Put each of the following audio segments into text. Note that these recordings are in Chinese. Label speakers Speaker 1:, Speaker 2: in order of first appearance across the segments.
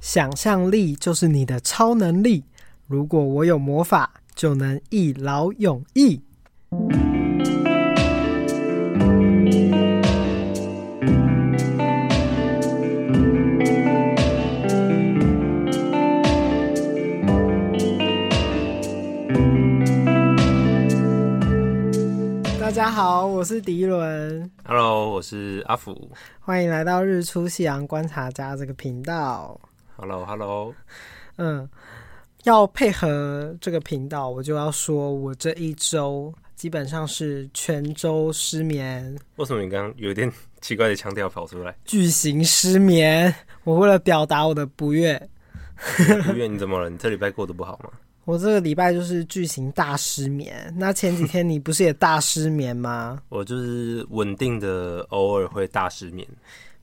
Speaker 1: 想象力就是你的超能力。如果我有魔法，就能一劳永逸。大家好，我是迪伦，
Speaker 2: Hello，我是阿福。
Speaker 1: 欢迎来到日出夕阳观察家这个频道。
Speaker 2: Hello，Hello，
Speaker 1: 嗯，要配合这个频道，我就要说，我这一周基本上是全周失眠，
Speaker 2: 为什么你刚刚有一点奇怪的腔调跑 出来？
Speaker 1: 巨型失眠。我为了表达我的不悦，
Speaker 2: 不愿你怎么了？你这礼拜过得不好吗？
Speaker 1: 我这个礼拜就是巨型大失眠。那前 几天你不是也大失眠吗？
Speaker 2: 我就是稳定的，偶尔会大失眠。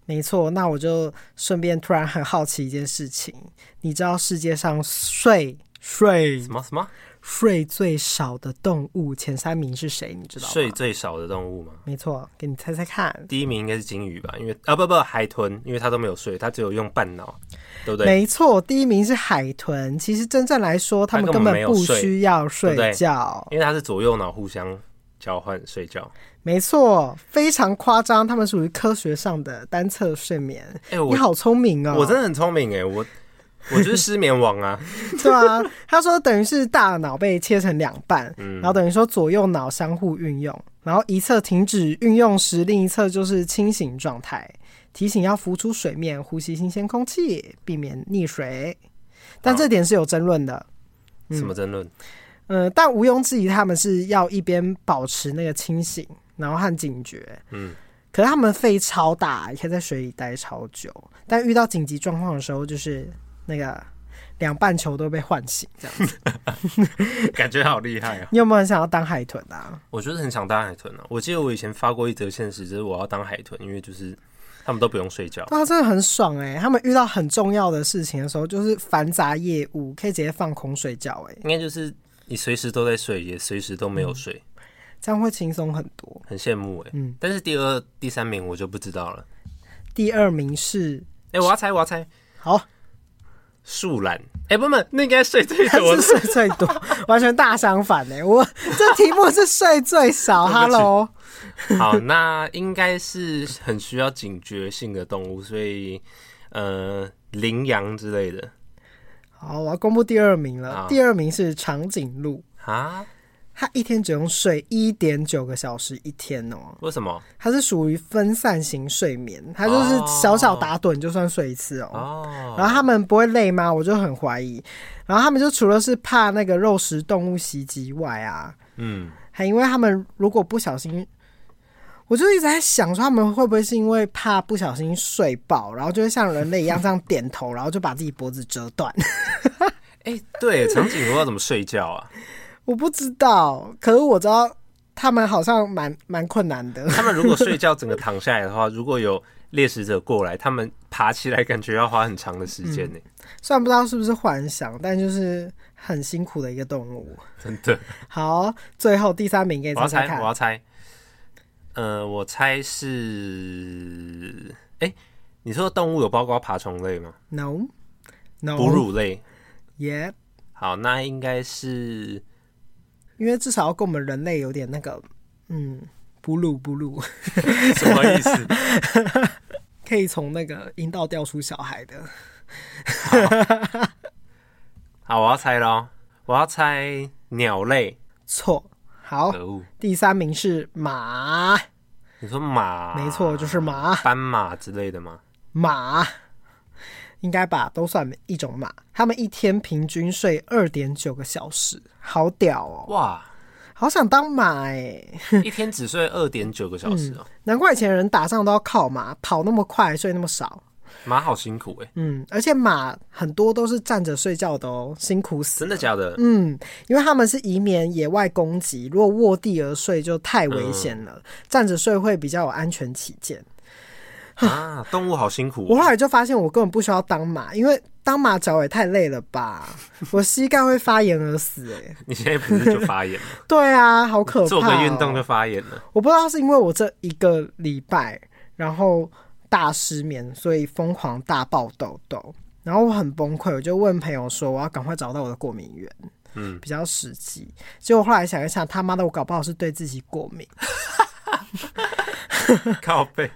Speaker 1: 没错，那我就顺便突然很好奇一件事情，你知道世界上睡睡
Speaker 2: 什么什么？
Speaker 1: 睡最少的动物前三名是谁？你知道吗？
Speaker 2: 睡最少的动物吗？
Speaker 1: 没错，给你猜猜看。
Speaker 2: 第一名应该是金鱼吧，因为啊不不海豚，因为它都没有睡，它只有用半脑，对不对？
Speaker 1: 没错，第一名是海豚。其实真正来说，他们
Speaker 2: 它
Speaker 1: 根
Speaker 2: 根
Speaker 1: 本
Speaker 2: 本没有
Speaker 1: 不
Speaker 2: 睡
Speaker 1: 需要
Speaker 2: 对不
Speaker 1: 睡
Speaker 2: 对
Speaker 1: 觉。
Speaker 2: 因为它是左右脑互相交换睡觉。
Speaker 1: 没错，非常夸张，他们属于科学上的单侧睡眠。
Speaker 2: 哎、我
Speaker 1: 你好聪明哦！
Speaker 2: 我真的很聪明哎、我我就是失眠王 啊。
Speaker 1: 对啊。他说，等于是大脑被切成两半，
Speaker 2: 嗯
Speaker 1: 然后等于说左右脑相互运用，然后一侧停止运用时，另一侧就是清醒状态，提醒要浮出水面，呼吸新鲜空气，避免溺水。但
Speaker 2: 好
Speaker 1: 这点是有争论的。
Speaker 2: 什么争论？
Speaker 1: 呃，但毋庸置疑，他们是要一边保持那个清醒，然后和警觉。
Speaker 2: 嗯，
Speaker 1: 可是他们肺超大，也可以在水里待超久。但遇到紧急状况的时候，就是那个两半球都被唤醒，这样子。
Speaker 2: 感觉好厉害哦。
Speaker 1: 你有没有很想要当海豚啊？
Speaker 2: 我就是很想当海豚啊！我记得我以前发过一则现实，就是我要当海豚，因为就是他们都不用睡觉。
Speaker 1: 哇，真的很爽哎、他们遇到很重要的事情的时候，就是繁杂业务，可以直接放空睡觉哎、
Speaker 2: 应该就是你随时都在睡，也随时都没有睡，
Speaker 1: 这样会轻松很多。
Speaker 2: 很羡慕哎、
Speaker 1: 嗯
Speaker 2: 但是第二、第三名我就不知道了。
Speaker 1: 第二名是
Speaker 2: 哎、我要猜，我要猜，
Speaker 1: 好，
Speaker 2: 树懒。哎、不不，那应该 睡最
Speaker 1: 他
Speaker 2: 多
Speaker 1: 是睡最多，完全大相反呢、欸 我这题目是睡最少
Speaker 2: 对不起
Speaker 1: ，Hello，
Speaker 2: 好，那应该是很需要警觉性的动物，所以呃，羚羊之类的
Speaker 1: 好，我要公布第二名了。
Speaker 2: 好
Speaker 1: 第二名是长颈鹿，
Speaker 2: 啊？
Speaker 1: 它一天只用睡一点九个小时一天哦，
Speaker 2: 为什么？
Speaker 1: 它是属于分散型睡眠，它就是小小打盹就算睡一次哦。
Speaker 2: 哦，
Speaker 1: 然后他们不会累吗？我就很怀疑。然后他们就除了是怕那个肉食动物袭击外啊，
Speaker 2: 嗯，
Speaker 1: 还因为他们如果不小心，我就一直在想说他们会不会是因为怕不小心睡爆，然后就会像人类一样这样点头，然后就把自己脖子折断。
Speaker 2: 哎、对，长颈鹿要怎么睡觉啊？
Speaker 1: 我不知道，可是我知道他们好像蛮蛮困难的。
Speaker 2: 他们如果睡觉整个躺下来的话，如果有猎食者过来，他们爬起来感觉要花很长的时间呢、
Speaker 1: 虽然不知道是不是幻想，但就是很辛苦的一个动物。
Speaker 2: 真的。
Speaker 1: 好，最后第三名给你
Speaker 2: 我
Speaker 1: 猜猜
Speaker 2: 要猜，我
Speaker 1: 看，
Speaker 2: 要猜。呃，我猜是，哎、你说动物有包括爬虫类吗？
Speaker 1: no no
Speaker 2: 哺乳类。
Speaker 1: 耶
Speaker 2: 好，那应该是
Speaker 1: 因为至少要跟我们人类有点那个，嗯，哺乳哺乳，
Speaker 2: 什么意思？
Speaker 1: 可以从那个阴道掉出小孩的。
Speaker 2: 好，我要猜喽。我要猜鸟类。
Speaker 1: 错，好，
Speaker 2: 可恶，
Speaker 1: 第三名是马，
Speaker 2: 你说马？
Speaker 1: 没错，就是马。
Speaker 2: 斑马之类的吗？
Speaker 1: 马，应该吧，都算一种马。他们一天平均睡二点九个小时，好屌哦！
Speaker 2: 哇，
Speaker 1: 好想当马哎、
Speaker 2: 一天只睡二点九个小时哦、
Speaker 1: 难怪以前人打仗都要靠马，跑那么快，睡那么少。
Speaker 2: 马好辛苦哎、
Speaker 1: 嗯，而且马很多都是站着睡觉的哦，辛苦死
Speaker 2: 真
Speaker 1: 了。
Speaker 2: 的假的？
Speaker 1: 嗯，因为他们是以免野外攻击，如果卧地而睡就太危险了，站着睡会比较有安全起见。
Speaker 2: 啊， 动物好辛苦、
Speaker 1: 我
Speaker 2: 哦。
Speaker 1: 后来就发现，我根本不需要当马，因为当马脚也太累了 吧，我膝盖会发炎而死、欸。
Speaker 2: 你现在不是就发炎了？
Speaker 1: 对啊，好可怕、
Speaker 2: 做个运动就，发炎 了。
Speaker 1: 我不知道是因为我这一个礼拜，然后大失眠，所以疯狂大爆痘痘。然后我很崩溃，我就问朋友说我要赶快找到我的过敏源，
Speaker 2: 嗯，
Speaker 1: 比较实际。结果后来想一想，他妈的，我搞不好是对自己过敏，
Speaker 2: 靠背，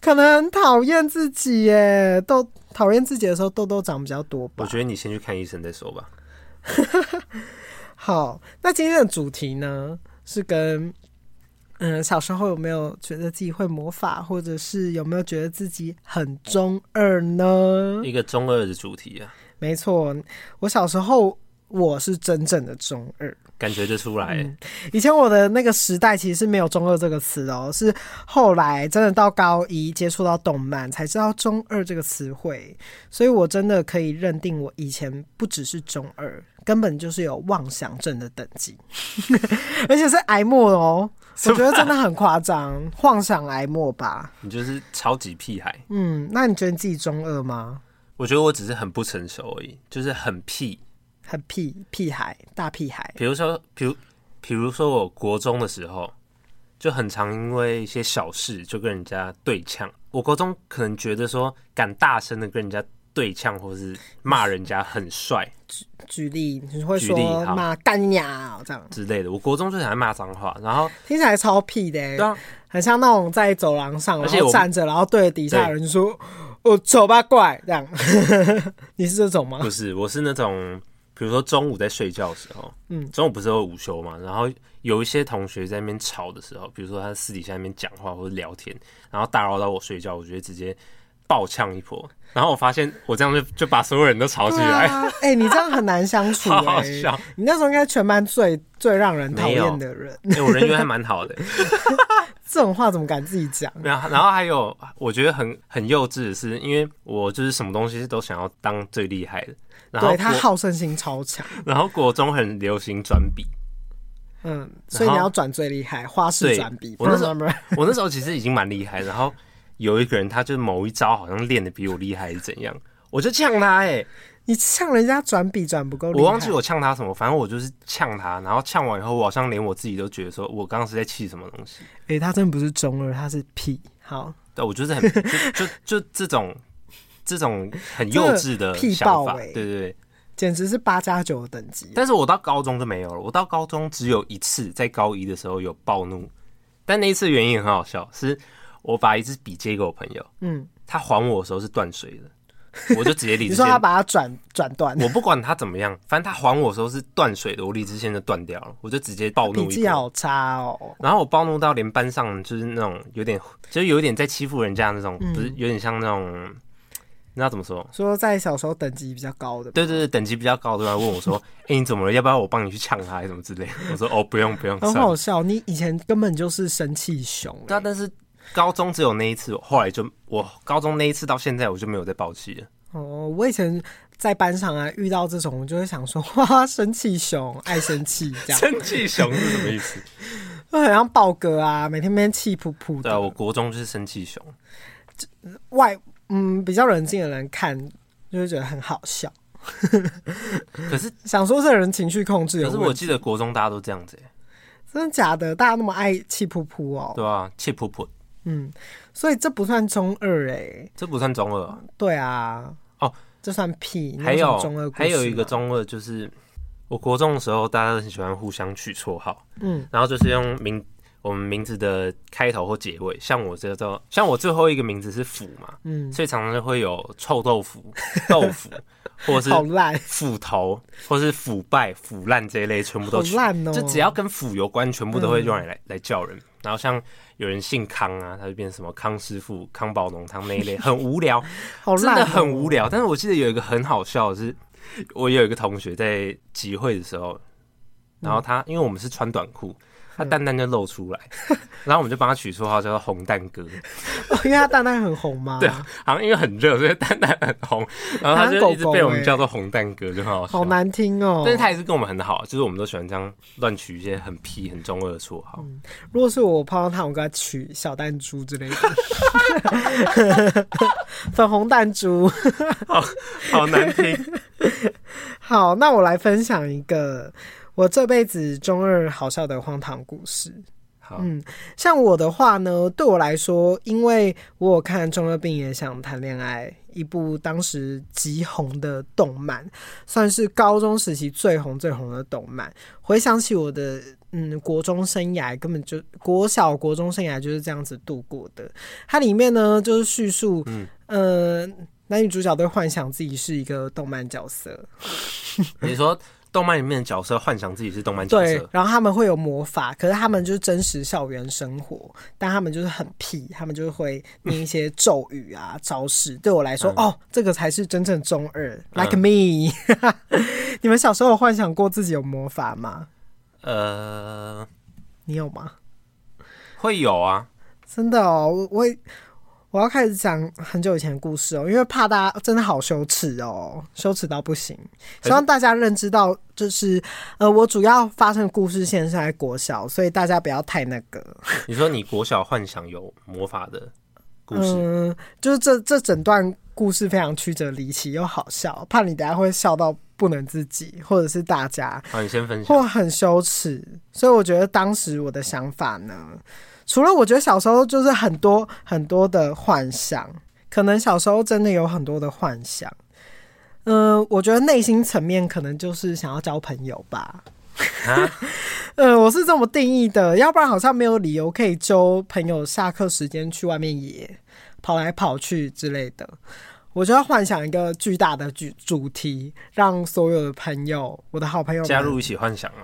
Speaker 1: 可能很讨厌自己耶，痘讨厌自己的时候痘痘长比较多
Speaker 2: 我
Speaker 1: 吧。
Speaker 2: 觉得你先去看医生再说吧。
Speaker 1: 好，那今天的主题呢是跟嗯小时候有没有觉得自己会魔法，或者是有没有觉得自己很中二呢？
Speaker 2: 一个中二的主题啊，
Speaker 1: 没错，我小时候我是真正的中二。
Speaker 2: 感觉就出来、欸。
Speaker 1: 以前我的那个时代其实是没有“中二”这个词的哦，是后来真的到高一接触到动漫才知道“中二”这个词汇，所以我真的可以认定我以前不只是中二，根本就是有妄想症的等级， 而且是癌末哦，我觉得真的很夸张，妄想癌末吧？
Speaker 2: 你就是超级屁孩。
Speaker 1: 嗯，那你觉得你自己中二吗？
Speaker 2: 我觉得我只是很不成熟而已，就是很屁。
Speaker 1: 很屁屁孩，大屁孩，
Speaker 2: 比如说，比如，比如说我国中的时候，就很常因为一些小事就跟人家对呛。我国中可能觉得说敢大声的跟人家对呛，或是骂人家很帅
Speaker 1: 举例你会
Speaker 2: 举例
Speaker 1: 说
Speaker 2: 好
Speaker 1: 骂干呀哦这样，
Speaker 2: 之类的。我国中最喜欢骂脏话，然后
Speaker 1: 听起来超屁的、欸。
Speaker 2: 对啊，
Speaker 1: 很像那种在走廊上，
Speaker 2: 而
Speaker 1: 然
Speaker 2: 且
Speaker 1: 后
Speaker 2: 我
Speaker 1: 站着，然后对着底下的人说：“我丑八怪。”这样， 你是这种吗？
Speaker 2: 不是，我是那种，比如说中午在睡觉的时候，
Speaker 1: 嗯
Speaker 2: 嗯，中午不是会午休嘛，然后有一些同学在那边吵的时候，比如说他私底下在那边讲话或者聊天，然后打扰到我睡觉，我就会直接爆呛一波。然后我发现我这样就就把所有人都吵起
Speaker 1: 对
Speaker 2: 来，
Speaker 1: 啊，哎、你这样很难相处
Speaker 2: 好好
Speaker 1: 哎、
Speaker 2: 笑。
Speaker 1: 你那时候应该全班最最让人讨
Speaker 2: 没
Speaker 1: 厌
Speaker 2: 有
Speaker 1: 的人，
Speaker 2: 因欸为我人缘还蛮好的，
Speaker 1: 这种话怎么敢自己讲？
Speaker 2: 然后然后还有我觉得很很幼稚的是，因为我就是什么东西都想要当最厉害的，然后
Speaker 1: 对他
Speaker 2: 国
Speaker 1: 好胜心超强，
Speaker 2: 然后国中很流行转笔，
Speaker 1: 嗯，所以你
Speaker 2: 然后
Speaker 1: 要转最厉害，花式
Speaker 2: 对
Speaker 1: 转笔。
Speaker 2: 我那时候
Speaker 1: 不是不是
Speaker 2: 我那时候其实已经蛮厉害，然后有一个人他就某一招好像练的比我厉害还是怎样，我就呛他哎、
Speaker 1: 你呛人家转笔转不够厉害，
Speaker 2: 我忘记我呛他什么，反正我就是呛他，然后呛完以后，我好像连我自己都觉得说我刚刚是在气什么东西，
Speaker 1: 哎、他真的不是中二，他是屁。好，
Speaker 2: 对我就是很就就就这种这种很幼稚
Speaker 1: 这
Speaker 2: 的
Speaker 1: 个屁
Speaker 2: 想
Speaker 1: 爆
Speaker 2: 法，
Speaker 1: 欸
Speaker 2: 对对对。
Speaker 1: 简直是八加九的等级。
Speaker 2: 但是我到高中就没有了，我到高中只有一次在高一的时候有暴怒，但那一次原因也很好笑，是我把一支笔借给我朋友，
Speaker 1: 嗯，
Speaker 2: 他还我的时候是断水 的，我就直接理
Speaker 1: 你
Speaker 2: 直
Speaker 1: 说
Speaker 2: 气
Speaker 1: 他把它转转断，
Speaker 2: 我不管他怎么样，反正他还我的时候是断水的，我理智线就断掉了，我就直接暴
Speaker 1: 笔
Speaker 2: 怒一
Speaker 1: 记
Speaker 2: 波。
Speaker 1: 好差哦。
Speaker 2: 然后我暴怒到连班上就是那种有点，就是有点在欺负人家那种，不是有点像那种，那怎么说？
Speaker 1: 说在小时候等级比较高的，
Speaker 2: 对对对，等级比较高的人问 我说：“哎、你怎么了？要不要我帮你去呛他，还是什么之类的？”我说：“哦，不用不用，
Speaker 1: 很
Speaker 2: 算了。
Speaker 1: 好笑。你以前根本就是生气熊、”欸
Speaker 2: 那但是高中只有那一次，后来就我高中那一次到现在我就没有再暴气了。
Speaker 1: 哦，我以前在班上啊遇到这种，我就会想说哇，生气熊爱生气这 样，
Speaker 2: 生气熊是什么 意思？
Speaker 1: 就很像豹哥啊，每天边气噗噗
Speaker 2: 对啊，
Speaker 1: 的。
Speaker 2: 我国中就是生气熊。
Speaker 1: 外嗯比较冷静的人看就会觉得很好笑，
Speaker 2: 可是
Speaker 1: 想说这人情绪控制有
Speaker 2: 可是我
Speaker 1: 问题，
Speaker 2: 记得国中大家都这样子、欸。
Speaker 1: 真的假的？大家那么爱气噗噗哦，
Speaker 2: 对啊，气噗噗，
Speaker 1: 嗯，所以这不算中二哎、
Speaker 2: 这不算中二啊、
Speaker 1: 对啊，
Speaker 2: 哦，
Speaker 1: 这算屁。你
Speaker 2: 还
Speaker 1: 什么
Speaker 2: 有
Speaker 1: 中二故事啊
Speaker 2: 还有一个
Speaker 1: 吗
Speaker 2: 中二就是，我国中的时候大家都很喜欢互相取绰号，
Speaker 1: 嗯，
Speaker 2: 然后就是用名我们名字的开头或结尾，像我这叫像我最后一个名字是腐嘛，
Speaker 1: 嗯，
Speaker 2: 所以常常就会有臭豆腐、豆 腐，或者
Speaker 1: 好
Speaker 2: 是
Speaker 1: 烂。
Speaker 2: 腐头，或是腐败、腐烂这一类，全部
Speaker 1: 好
Speaker 2: 都取。
Speaker 1: 烂哦！嗯
Speaker 2: 就只要跟腐有关，全部都会用来、来叫人。然后像有人姓康啊，他就变成什么康师傅、康宝浓汤那一类，很无聊。
Speaker 1: 好
Speaker 2: 真
Speaker 1: 烂、哦
Speaker 2: 的 很无。聊。但是我记得有一个很好笑的是，我有一个同学在集会的时候，然
Speaker 1: 嗯
Speaker 2: 后他因为我们是穿短裤，他蛋蛋就露出来，然后我们就帮他取绰号叫做红蛋哥，
Speaker 1: 因为他蛋蛋很红嘛，
Speaker 2: 对，啊好像因为很热，所以蛋蛋很红，然后他就一直被我们叫做红蛋哥，就很好
Speaker 1: 欸好
Speaker 2: 笑。
Speaker 1: 难听哦、
Speaker 2: 但是他也是跟我们很好，就是我们都喜欢这样乱取一些很屁、很中二的绰号。
Speaker 1: 嗯如果是我，我碰到他，我给他取小弹珠之类的， 粉红弹珠。
Speaker 2: 好难听。
Speaker 1: 好，那我来分享一个我这辈子中二好笑的荒唐故事。
Speaker 2: 好，
Speaker 1: 嗯，像我的话呢，对我来说，因为我有看《中二病也想谈恋爱》一部当时极红的动漫，算是高中时期最红最红的动漫。回想起我的嗯国中生涯，根本就国小国中生涯就是这样子度过的。它里面呢，就是叙述，嗯、呃，男女主角都幻想自己是一个动漫角色，
Speaker 2: 你说动漫里面的角色幻想自己是动漫角
Speaker 1: 对
Speaker 2: 色，，
Speaker 1: 然后他们会有魔法，可是他们就是真实校园生活，但他们就是很屁，他们就会念一些咒语啊、招式。对我来说，
Speaker 2: 嗯
Speaker 1: 哦，这个才是真正中二，like me。你们小时候有幻想过自己有魔法吗？
Speaker 2: 呃，
Speaker 1: 你有吗？
Speaker 2: 会有啊，
Speaker 1: 真的哦，我我我要开始讲很久以前的故事哦，因为怕大家真的好羞耻哦，羞耻到不行。
Speaker 2: 是
Speaker 1: 希望大家认知到，就是呃，我主要发生的故事线是在国小，所以大家不要太那个。
Speaker 2: 你说你国小幻想有魔法的故事，
Speaker 1: 嗯，就是这这整段故事非常曲折离奇又好笑，怕你等下会笑到不能自己，或者是大家，
Speaker 2: 好，你先分享。
Speaker 1: 或很羞耻。所以我觉得当时我的想法呢，除了我觉得小时候就是很多很多的幻想，可能小时候真的有很多的幻想。嗯，我觉得内心层面可能就是想要交朋友吧。
Speaker 2: 啊，
Speaker 1: 呃，我是这么定义的，要不然好像没有理由可以揪朋友下课时间去外面野跑来跑去之类的。我就要幻想一个巨大的主主题，让所有的朋友，我的好朋 友们
Speaker 2: 加入一起幻想啊，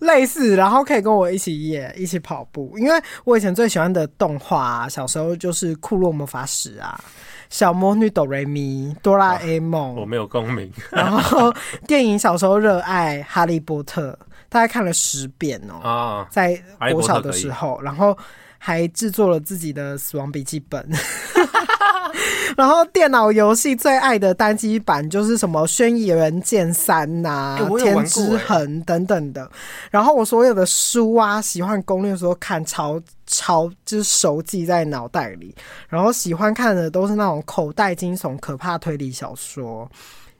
Speaker 1: 类似，然后可以跟我一起野一起跑步，因为我以前最喜欢的动画、啊，小时候就是《库洛魔法使》啊，《小魔女哆瑞咪》、《哆啦 A 梦》
Speaker 2: 我没有共鸣。
Speaker 1: 然后电影小时候热爱《哈利波特》，大概看了十遍哦。
Speaker 2: 啊，
Speaker 1: 在
Speaker 2: 哈利
Speaker 1: 国
Speaker 2: 波
Speaker 1: 小
Speaker 2: 特
Speaker 1: 的
Speaker 2: 可以
Speaker 1: 时候，然后还制作了自己的死亡笔记本。 然后电脑游戏最爱的单机版就是什么《轩辕剑三》呐、
Speaker 2: 哎我有玩
Speaker 1: 天
Speaker 2: 过
Speaker 1: 之
Speaker 2: 哎
Speaker 1: 痕》等等的。然后我所有的书啊，喜欢攻略的时候看超超就是熟记在脑袋里，然后喜欢看的都是那种口袋惊悚、可怕推理小说。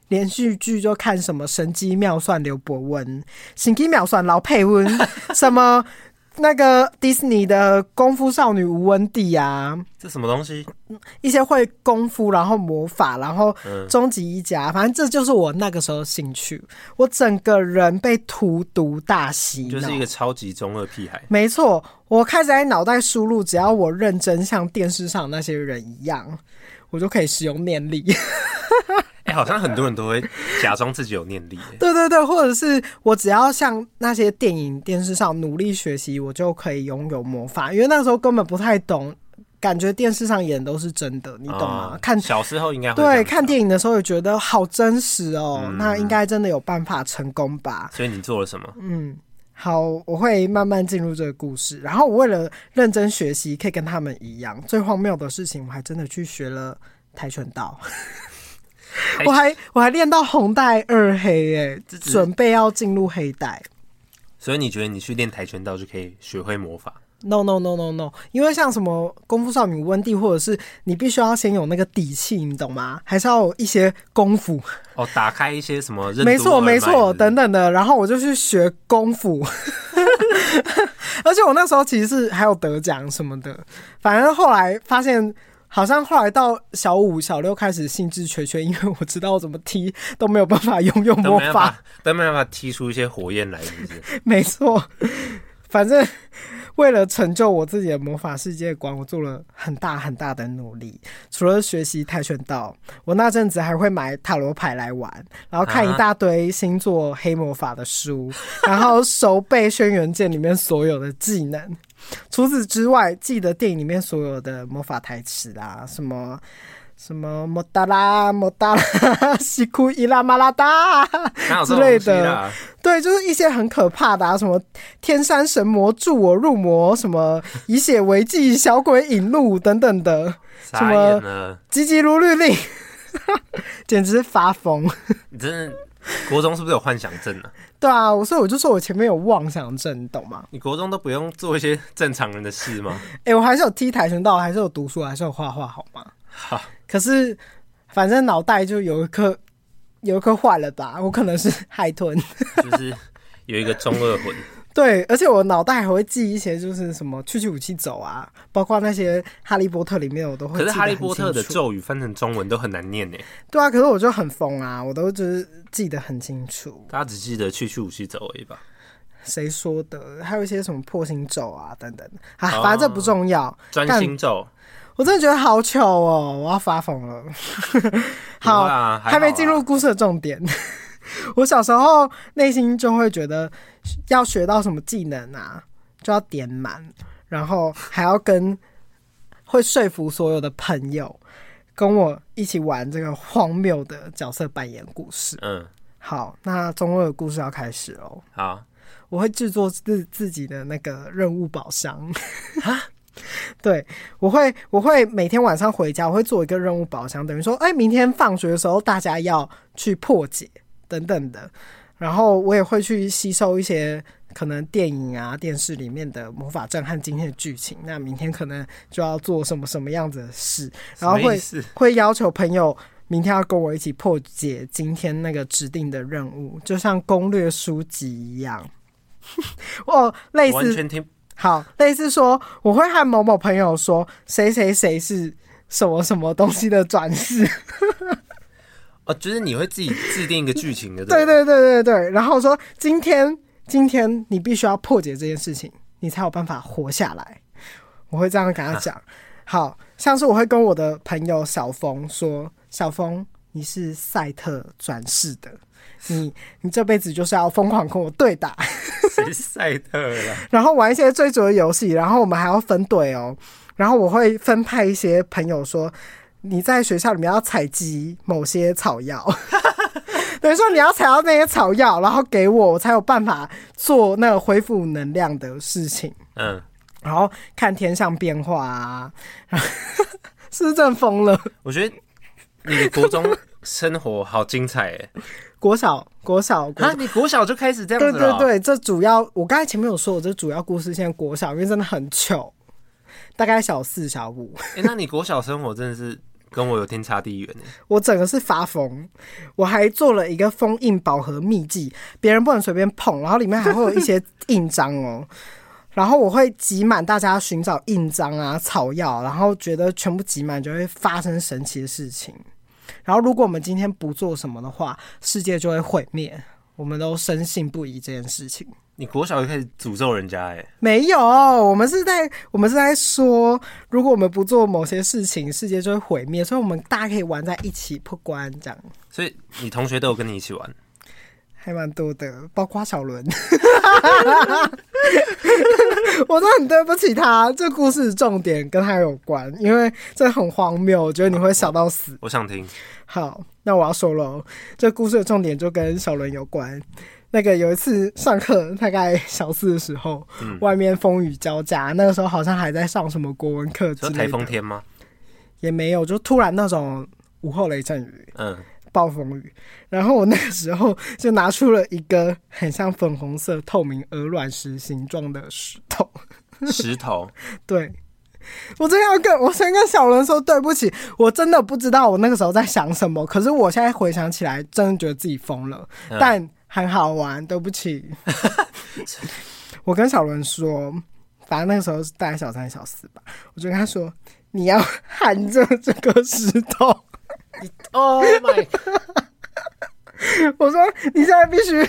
Speaker 1: 连续剧就看什么神机妙算刘伯温，神机妙算老佩温，什么那个迪士尼的功夫少女吴文帝啊，
Speaker 2: 这什么东西？
Speaker 1: 一些会功夫，然后魔法，然后
Speaker 2: 嗯
Speaker 1: 终极一家，反正这就是我那个时候的兴趣。我整个人被荼毒大洗脑，
Speaker 2: 就是一个超级中二屁孩。
Speaker 1: 没错，我开始在脑袋输入，只要我认真像电视上那些人一样，我就可以使用念力。
Speaker 2: 哎、好像很多人都会假装自己有念力、哎
Speaker 1: 对对对，或者是我只要像那些电影、电视上努力学习，我就可以拥有魔法。因为那时候根本不太懂，感觉电视上演的都是真的， 你懂吗？
Speaker 2: 啊
Speaker 1: 看
Speaker 2: 小时候应该会这
Speaker 1: 对
Speaker 2: 样
Speaker 1: 看
Speaker 2: 想，
Speaker 1: 电影的时候也觉得好真实哦，
Speaker 2: 嗯
Speaker 1: 那应该真的有办法成功吧？
Speaker 2: 啊所以你做了什么？
Speaker 1: 嗯，好，我会慢慢进入这个故事。然后我为了认真学习，可以跟他们一样。最荒谬的事情，我还真的去学了跆拳道。我还我还练到红带二黑耶、
Speaker 2: 这只是
Speaker 1: 准备要进入黑带。
Speaker 2: 所以你觉得你去练跆拳道就可以学会魔法？
Speaker 1: No no no no no，因为像什么功夫少女温蒂，或者是你必须要先有那个底气，你懂吗？还是要有一些功夫，
Speaker 2: 哦，打开一些什么任督
Speaker 1: 没错
Speaker 2: 二脉
Speaker 1: 没错，
Speaker 2: 是不是
Speaker 1: 等等的。然后我就去学功夫， 而且我那时候其实是还有得奖什么的。反正后来发现，好像后来到小五、小六开始兴致缺缺，因为我知道我怎么踢都没有办法拥有
Speaker 2: 都
Speaker 1: 魔
Speaker 2: 没办
Speaker 1: 法。
Speaker 2: 法，都没办法踢出一些火焰来，是不是？
Speaker 1: 没错，反正为了成就我自己的魔法世界观，我做了很大很大的努力。除了学习跆拳道，我那阵子还会买塔罗牌来玩，然后看一大堆星座黑魔法的书，然后熟背《轩辕剑》里面所有的技能。除此之外，记得电影里面所有的魔法台词啊，什么。什么莫达拉莫达拉 西库伊拉马拉达，
Speaker 2: 哪有这种
Speaker 1: 之类
Speaker 2: 东
Speaker 1: 的
Speaker 2: 西啦？
Speaker 1: 对，就是一些很可怕的、啊，什么天山神魔助我入魔，什么以血为祭，小鬼引路等等的， 什
Speaker 2: 傻
Speaker 1: 么
Speaker 2: 眼了！
Speaker 1: 急急如律令， 简直是发疯。
Speaker 2: 你真的国中是不是有幻想症啊？
Speaker 1: 对啊，我所以我就说我前面有妄想症，你懂吗？
Speaker 2: 你国中都不用做一些正常人的 事吗？
Speaker 1: 诶，我还是有踢跆拳道，还是有读书，还是有画画，好吗？
Speaker 2: 好，
Speaker 1: 可是反正脑袋就有一颗有一颗坏了吧，我可能是海豚。
Speaker 2: 就是有一个中二魂。
Speaker 1: 对，而且我脑袋还会记一些，就是什么去去武器走啊，包括那些《哈利波特》里 面我都会
Speaker 2: 可
Speaker 1: 记得
Speaker 2: 是《
Speaker 1: 很清楚。
Speaker 2: 哈利波特》的咒语翻成中文都很难念呢，
Speaker 1: 对啊，可是我就很疯啊，我都就是记得很清楚，
Speaker 2: 大家只记得去去武器走而已吧。
Speaker 1: 谁说的，还有一些什么破心咒啊等等啊，
Speaker 2: 哦
Speaker 1: 反正这不重要。
Speaker 2: 专
Speaker 1: 干
Speaker 2: 心咒，
Speaker 1: 我真的觉得好糗哦，我要发疯了。
Speaker 2: 有
Speaker 1: 好，啊
Speaker 2: 啦，
Speaker 1: 还没进入故事的重点。 我小时候内心就会觉得，要学到什么技能啊，就要点满，然后还要跟会说服所有的朋友跟我一起玩这个荒谬的角色扮演故事。
Speaker 2: 还好啦。嗯，
Speaker 1: 好，那中二的故事要开始哦喽。
Speaker 2: 好，
Speaker 1: 我会制作自自己的那个任务宝箱。 对，我会我会每天晚上回家，我会做一个任务宝箱，等于说，哎、明天放学的时候大家要去破解等等的。然后我也会去吸收一些可能电影啊、电视里面的魔法阵和今天的剧情。那明天可能就要做什么什么样子的事，然后
Speaker 2: 什么
Speaker 1: 会
Speaker 2: 意思
Speaker 1: 会要求朋友明天要跟我一起破解今天那个指定的任务，就像攻略书籍一样。 哦，类
Speaker 2: 完
Speaker 1: 似
Speaker 2: 全听
Speaker 1: 好，类似说我会和某某朋友说谁谁谁是什么什么东西的转世，
Speaker 2: 哦，就是你会自己制定一个剧情的，
Speaker 1: 对
Speaker 2: 不
Speaker 1: 对
Speaker 2: 对
Speaker 1: 对对对，然后说今天今天你必须要破解这件事情，你才有办法活下来。我会这样跟他讲。好像是我会跟我的朋友小峰说，小峰你是赛特转世的，你你这辈子就是要疯狂跟我对打。
Speaker 2: 谁是赛特啦？
Speaker 1: 然后玩一些追逐的游戏，然后我们还要分队哦。然后我会分派一些朋友说，你在学校里面要采集某些草药， 等于说你要采到那些草药，然后给我，我才有办法做那个恢复能量的事情。
Speaker 2: 嗯，
Speaker 1: 然后看天象变化啊， 然后是不是真的疯了？
Speaker 2: 我觉得你的国中生活好精彩 哎！
Speaker 1: 国小，国小，国小
Speaker 2: 啊，你国小就开始这样
Speaker 1: 对
Speaker 2: 子
Speaker 1: 对
Speaker 2: 了哦？
Speaker 1: 对，这主要我刚才前面有说，我这主要故事现在国小，因为真的很糗，大概小四、小五。
Speaker 2: 哎，那你国小生活真的是跟我有天差地远哎！
Speaker 1: 我整个是发疯，我还做了一个封印饱和秘籍，别人不能随便碰，然后里面还会有一些印章哦。 然后我会集满大家寻找印章啊、草药，然后觉得全部集满就会发生神奇的事情。然后如果我们今天不做什么的话，世界就会毁灭。我们都深信不疑这件事情。
Speaker 2: 你国小就开始诅咒人家哎！
Speaker 1: 没有，我们是在我们是在说，如果我们不做某些事情，世界就会毁灭。所以我们大家可以玩在一起破关这样。
Speaker 2: 所以你同学都有跟你一起玩，
Speaker 1: 还蛮多的，包括小伦。 我都很对不起他，这故事重点跟他有关，因为这很荒谬，我觉得你会笑到死。
Speaker 2: 我想听。
Speaker 1: 好，那我要说喽，这故事的重点就跟小伦有关。那个有一次上课，大概小四的时候，
Speaker 2: 嗯
Speaker 1: 外面风雨交加，那个时候好像还在上什么国文课之
Speaker 2: 说
Speaker 1: 类
Speaker 2: 台风
Speaker 1: 的，
Speaker 2: 天吗？
Speaker 1: 也没有，就突然那种午后雷阵雨，
Speaker 2: 嗯，
Speaker 1: 暴风雨，然后我那个时候就拿出了一个很像粉红色透明鹅卵石形状的石头，
Speaker 2: 嗯石头。
Speaker 1: 对。我真的要跟我先跟小伦说对不起，我真的不知道我那个时候在想什么，可是我现在回想起来，真的觉得自己疯了，
Speaker 2: 嗯
Speaker 1: 但很好玩，对不起。我跟小伦说，反正那个时候是大概小三小四吧，我就跟他说，你要含着这个石头，
Speaker 2: Oh my！
Speaker 1: 我说你现在必须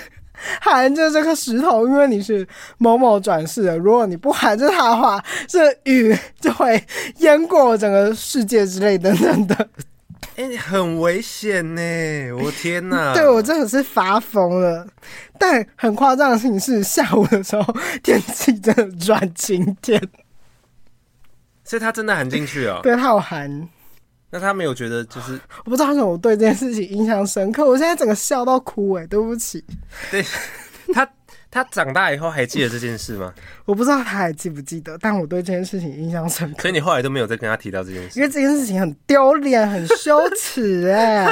Speaker 1: 含着这个石头，因为你是某某转世的。如果你不含着它的话，这雨就会淹过整个世界之类等等的。
Speaker 2: 哎、你很危险呢！我天 哪！
Speaker 1: 对我真的是发疯了。但很夸张的事情是，下午的时候天气真的转晴天，
Speaker 2: 所以他真的含进去哦。
Speaker 1: 对它有含。
Speaker 2: 那他没有觉得就是
Speaker 1: 我不知道为什么我对这件事情印象深刻，我现在整个笑到哭哎、对不起，
Speaker 2: 对他他长大以后还记得这件事吗？
Speaker 1: 我不知道他还记不记得，但我对这件事情印象深刻。
Speaker 2: 所以你后来都没有再跟他提到这件
Speaker 1: 因
Speaker 2: 事。
Speaker 1: 为这件事情很丢脸、很羞耻 哎、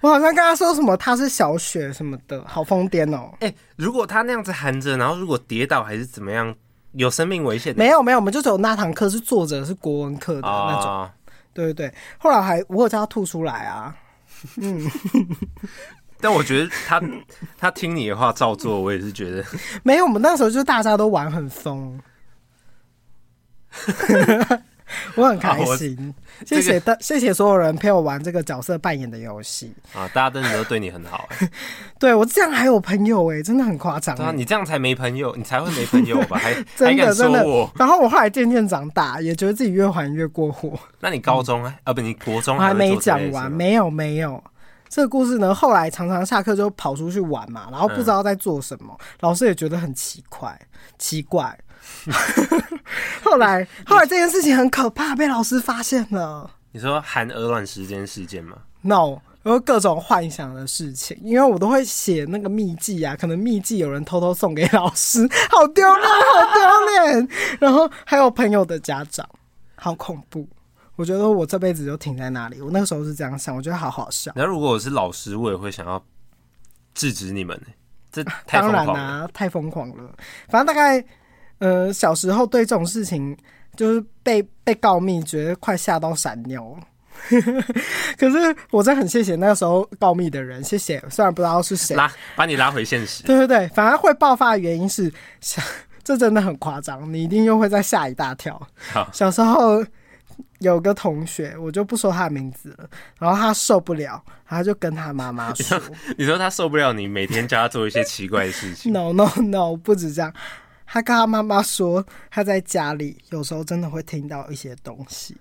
Speaker 1: 我好像跟他说什么他是小雪什么的，好疯癫哦！
Speaker 2: 哎、如果他那样子含着，然后如果跌倒还是怎么样，有生命危险的
Speaker 1: 没有没有，我们就只有那堂课是作者是国文课的那种，
Speaker 2: 啊、
Speaker 1: 对对对。后来还我有叫他吐出来啊，
Speaker 2: 但我觉得他 他听你的话照做，我也是觉得
Speaker 1: 没有，我们那时候就是大家都玩很 疯，我很开心。
Speaker 2: 啊
Speaker 1: 谢谢大，谢谢所有人陪我玩这个角色扮演的游戏。
Speaker 2: 啊，大家真的都对你很好、欸。
Speaker 1: 对我这样还有朋友哎、真的很夸张、
Speaker 2: 对啊，
Speaker 1: 欸。
Speaker 2: 你这样才没朋友，你才会没朋友 吧？还还
Speaker 1: 真
Speaker 2: 敢
Speaker 1: 的
Speaker 2: 说
Speaker 1: 真的
Speaker 2: 我？，
Speaker 1: 然后我后来渐渐长大，也觉得自己越玩越过火。
Speaker 2: 那你高中啊？啊，不，你国中
Speaker 1: 嗯我还
Speaker 2: 会
Speaker 1: 没
Speaker 2: 做这
Speaker 1: 讲
Speaker 2: 类事哦
Speaker 1: 完，
Speaker 2: 吗
Speaker 1: 没有没有。这个故事呢，后来常常下课就跑出去玩嘛，然后
Speaker 2: 嗯
Speaker 1: 不知道在做什么，老师也觉得很奇怪，奇怪。 后来，后来这件事情很可怕，被老师发现了。
Speaker 2: 你说含鹅卵石这件事件吗？
Speaker 1: no，有各种幻想的事情，因为我都会写那个秘记啊，可能秘记有人偷偷送给老师，好丢脸，好丢脸。然后还有朋友的家长，好恐怖。我觉得我这辈子就停在那里。我那个时候是这样想，我觉得好好笑。
Speaker 2: 那如果我是老师，我也会想要制止你们、欸，这太疯
Speaker 1: 啊当然
Speaker 2: 狂
Speaker 1: 啦、
Speaker 2: 了。
Speaker 1: 太疯狂了。反正大概，呃，小时候对这种事情就是被被告密，觉得快吓到闪尿了。 可是我真的很谢谢那个时候告密的人，谢谢。虽然不知道是谁，
Speaker 2: 拉把你拉回现实。
Speaker 1: 对对对，反而会爆发的原因是，小这真的很夸张，你一定又会再吓一大跳。
Speaker 2: 好，
Speaker 1: 小时候有个同学，我就不说他的名字了，然后他受不了，他就跟他妈妈说
Speaker 2: 你说他受不了你每天叫他做一些奇怪的 事情，
Speaker 1: ：“No No No，不止这样。”他跟他妈妈说，他在家里有时候真的会听到一些东西，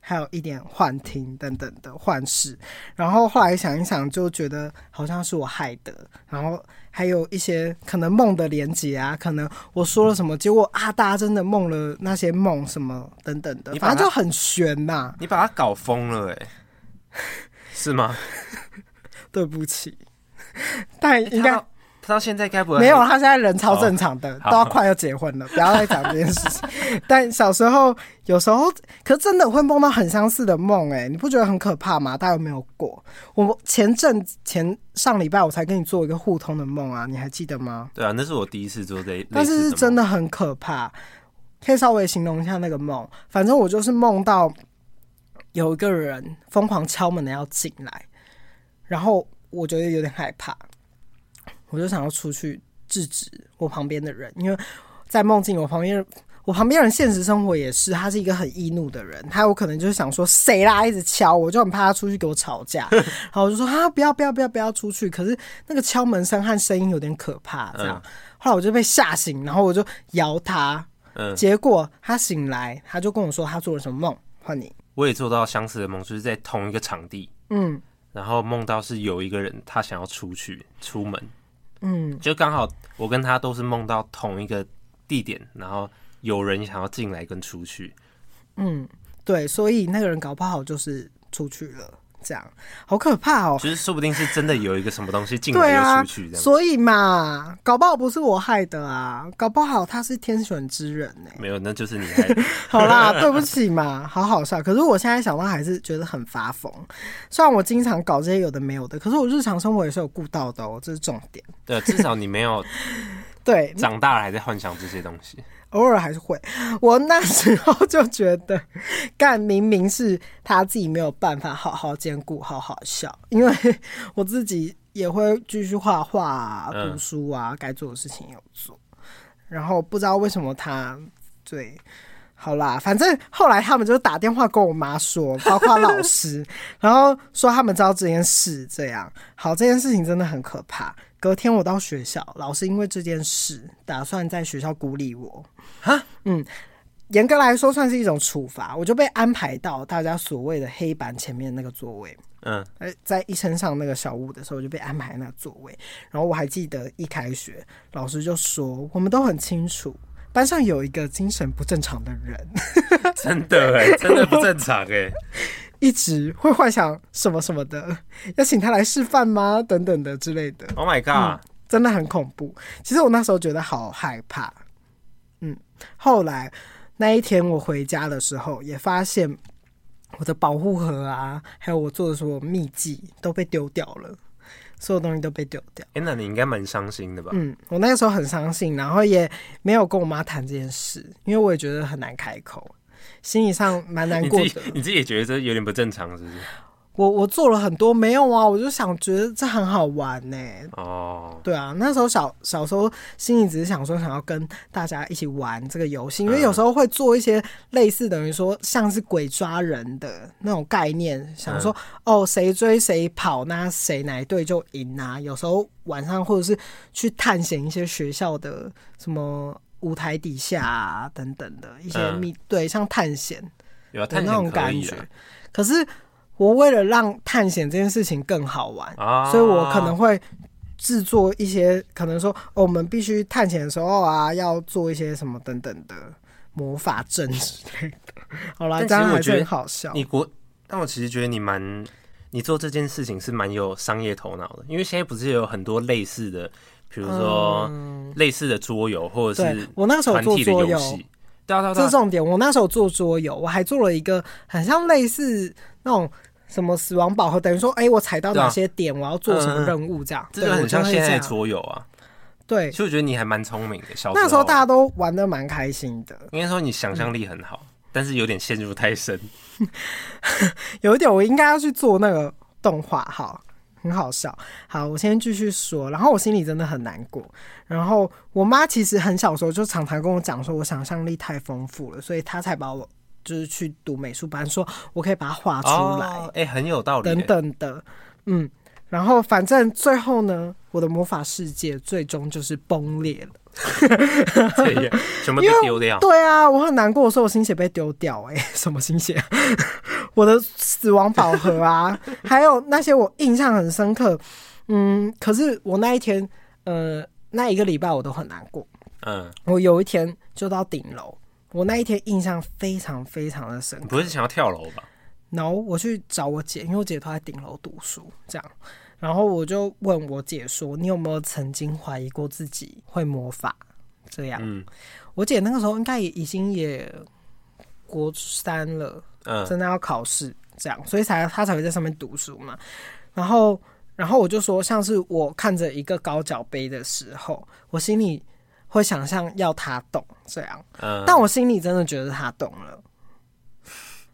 Speaker 1: 还有一点幻听等等的幻视。然后后来想一想，就觉得好像是我害的。然后还有一些可能梦的连结啊，可能我说了什么，结果啊，大家真的梦了那些梦什么等等的，
Speaker 2: 你把它
Speaker 1: 反正就很悬呐、
Speaker 2: 你把他搞疯了、欸，是吗？
Speaker 1: 对不起， 但应
Speaker 2: 他
Speaker 1: 该
Speaker 2: 到他到现在该不会
Speaker 1: 没有，啊他现在人超正常的，
Speaker 2: 好
Speaker 1: 都要快要结婚 了，不要再讲这件事情。但小时候有时候，可真的会梦到很相似的梦，哎，你不觉得很可怕吗？大家有没有过？我前阵前上礼拜我才跟你做一个互通的梦啊，你还记得吗？
Speaker 2: 对啊，那是我第一次做这，
Speaker 1: 但是是真
Speaker 2: 的
Speaker 1: 的很可怕，可以稍微形容一下那个梦。反正我就是梦到有一个人疯狂敲门的要进来，然后我觉得有点害怕，我就想要出去制止我旁边的人，因为在梦境我旁边。我旁边人现实生活也是，他是一个很易怒的人，他有可能就是想说谁啦，一直敲，我就很怕他出去给我吵架，然后我就说啊不要不要不要不要出去，可是那个敲门声和声音有点可怕，这样，后来我就被吓醒，然后我就摇他，
Speaker 2: 嗯
Speaker 1: 结果他醒来，他就跟我说他做了什么梦，换你，
Speaker 2: 我也做到相似的梦，就是在同一个场地，
Speaker 1: 嗯
Speaker 2: 然后梦到是有一个人他想要出去出门，
Speaker 1: 嗯，
Speaker 2: 就刚好我跟他都是梦到同一个地点，然后有人想要进来跟出去，
Speaker 1: 对，所以那个人搞不好就是出去了，这样好可怕哦。
Speaker 2: 就是说不定是真的有一个什么东西进
Speaker 1: 对
Speaker 2: 来又
Speaker 1: 啊
Speaker 2: 出去，这，样。
Speaker 1: 所以嘛，搞不好不是我害的啊，搞不好他是天选之人 呢、
Speaker 2: 没有，那就是你 害的。
Speaker 1: 好啦，对不起嘛，好好笑。可是我现在想到还是觉得很发疯。虽然我经常搞这些有的没有的，可是我日常生活也是有顾到的哦，这是重点。
Speaker 2: 对，至少你没有
Speaker 1: 对，
Speaker 2: 长大了还在幻想这些东西。
Speaker 1: 偶尔还是会。我那时候就觉得，干明明是他自己没有办法好好兼顾，好好笑，因为我自己也会继续画画、啊、
Speaker 2: 嗯
Speaker 1: 读书啊，该做的事情有做。然后不知道为什么他对。好啦，反正后来他们就打电话跟我妈说，包括老师，然后说他们知道这件事，这样好，这件事情真的很可怕。隔天我到学校，老师因为这件事打算在学校孤立我。嗯，严格来说算是一种处罚，我就被安排到大家所谓的黑板前面那个座位。
Speaker 2: 嗯，
Speaker 1: 呃，在一升上那个小屋的时候，我就被安排那个座位。然后我还记得一开学，老师就说我们都很清楚，班上有一个精神不正常的人，
Speaker 2: 真 的哎，真的不正常哎。
Speaker 1: 一直会幻想什么什么的，要请他来示范吗？等等的之类的，
Speaker 2: Oh my god！、
Speaker 1: 真的很恐怖。其实我那时候觉得好害怕，嗯。后来那一天我回家的时候，也发现我的保护盒啊，还有我做的所有秘籍都被丢掉了，所有东西都被丢掉。
Speaker 2: 哎、那你应该蛮伤心的吧？
Speaker 1: 嗯，我那个时候很伤心，然后也没有跟我妈谈这件事，因为我也觉得很难开口，心理上蛮难
Speaker 2: 你
Speaker 1: 过
Speaker 2: 自
Speaker 1: 的。
Speaker 2: 己你自己也觉得这有点不正常，是不是？
Speaker 1: 我我做了很多没有啊，我就想觉得这很好玩欸呢、
Speaker 2: 哦，
Speaker 1: 对啊，那时候小小时候心里只是想说，想要跟大家一起玩这个游戏，因为有时候会做一些类似等于说像是鬼抓人的那种概念，想说、哦谁追谁跑，那谁哪一队就赢啊。有时候晚上或者是去探险一些学校的什么舞台底下啊等等的一些
Speaker 2: 嗯
Speaker 1: 密、对，像探险
Speaker 2: 有啊
Speaker 1: 的
Speaker 2: 探
Speaker 1: 那种
Speaker 2: 险可
Speaker 1: 感
Speaker 2: 以
Speaker 1: 觉
Speaker 2: 啊。
Speaker 1: 可是我为了让探险这件事情更好玩，
Speaker 2: 啊，
Speaker 1: 所以我可能会制作一些，可能说、哦、我们必须探险的时候啊，要做一些什么等等的魔法阵之类的。好啦，这
Speaker 2: 但其实
Speaker 1: 样
Speaker 2: 我
Speaker 1: 还
Speaker 2: 觉
Speaker 1: 是
Speaker 2: 得
Speaker 1: 很好笑。
Speaker 2: 你国，但我其实觉得你蛮，你做这件事情是蛮有商业头脑的，因为现在不是有很多类似的，比如说类似的桌游或者
Speaker 1: 嗯对
Speaker 2: 是
Speaker 1: 我那个时候
Speaker 2: 团
Speaker 1: 做
Speaker 2: 体的
Speaker 1: 桌
Speaker 2: 游
Speaker 1: 游，
Speaker 2: 戏，对啊对啊对
Speaker 1: 这
Speaker 2: 啊
Speaker 1: 重点。我那时候做桌游，我还做了一个很像类似那种。什么死亡宝盒等于说，哎、我踩到
Speaker 2: 对啊
Speaker 1: 哪些点，我要做什么
Speaker 2: 嗯嗯
Speaker 1: 任务这样？
Speaker 2: 这
Speaker 1: 对
Speaker 2: 就
Speaker 1: 我
Speaker 2: 很像
Speaker 1: 会
Speaker 2: 现
Speaker 1: 这
Speaker 2: 在的
Speaker 1: 样
Speaker 2: 桌游啊。
Speaker 1: 对
Speaker 2: 其，实我觉得你还蛮聪明的，小
Speaker 1: 那时
Speaker 2: 时
Speaker 1: 候大家都玩的蛮开心的。
Speaker 2: 应该说你想象力很好，但是有点陷入 太深。
Speaker 1: 有一点我应该要去做那个动画，好，很好笑。好，我先继续说，然后我心里真的很难过。然后我妈其实很小时候就常常跟我讲说，我想象力太丰富了，所以她才把我就是去读美术班，说我可以把它画出来、
Speaker 2: 哦，哎、很有道理、
Speaker 1: 等等的，嗯。然后反正最后呢，我的魔法世界最终就是崩裂了。
Speaker 2: 这也全部被丢掉。
Speaker 1: 对啊，我很难过，我说我心血被丢掉、欸， 哎，什么心血？我的死亡宝盒啊，还有那些我印象很深刻。嗯，可是我那一天，呃，那一个礼拜我都很难过。
Speaker 2: 嗯，
Speaker 1: 我有一天就到顶楼，我那一天印象非常非常的深
Speaker 2: 你
Speaker 1: 刻。
Speaker 2: 不会是想要跳楼吧？
Speaker 1: 然后我去找我姐，因为我姐都在顶楼读书，这样。然后我就问我姐说：“你有没有曾经怀疑过自己会魔法？”这样，
Speaker 2: 嗯
Speaker 1: 我姐那个时候应该也已经也国三了，
Speaker 2: 嗯
Speaker 1: 真的要考试这样，所以才她才会在上面读书嘛。然后，然后我就说，像是我看着一个高脚杯的时候，我心里会想象要它动这样，
Speaker 2: 嗯，
Speaker 1: 但我心里真的觉得它动了。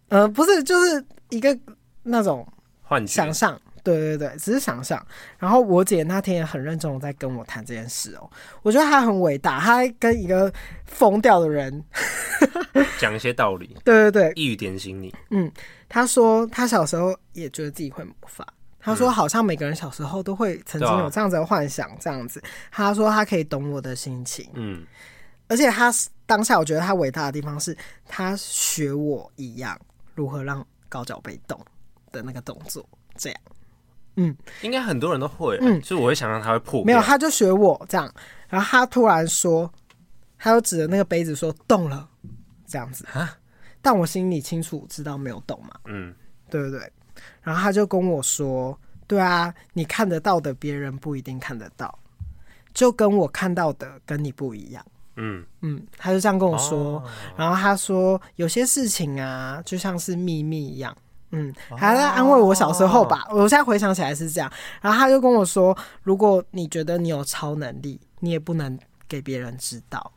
Speaker 1: 呃，不是，就是一个那种
Speaker 2: 幻觉
Speaker 1: 想象，对对对，只是想象。然后我姐那天也很认真地在跟我谈这件事哦，我觉得她很伟大，她还跟一个疯掉的人，
Speaker 2: 讲一些道理，
Speaker 1: 对对对，
Speaker 2: 一语点醒你。
Speaker 1: 她说她小时候也觉得自己会魔法。她说：“好像每个人小时候都会曾经
Speaker 2: 嗯对啊
Speaker 1: 有这样子的幻想，这样子。”她说：“她可以懂我的心情，
Speaker 2: 嗯，
Speaker 1: 而且她当下我觉得她伟大的地方是，她学我一样如何让高脚被动的那个动作。这样
Speaker 2: 应该很多人都会、啊
Speaker 1: 嗯
Speaker 2: 所以我会想象它会破
Speaker 1: 没有，
Speaker 2: 掉。
Speaker 1: 他就学我这样，然后他突然说，他就指着那个杯子说动了，这样子
Speaker 2: 啊。
Speaker 1: 但我心里清楚知道没有动嘛，
Speaker 2: 嗯，
Speaker 1: 对不对？然后他就跟我说，对啊，你看得到的别人不一定看得到，就跟我看到的跟你不一样。
Speaker 2: 嗯，
Speaker 1: 嗯，他就这样跟我说，
Speaker 2: 哦
Speaker 1: 然后他说有些事情啊，就像是秘密一样。嗯，还在安慰我小时候吧。我现在回想起来是这样。然后他就跟我说，如果你觉得你有超能力，你也不能给别人知道。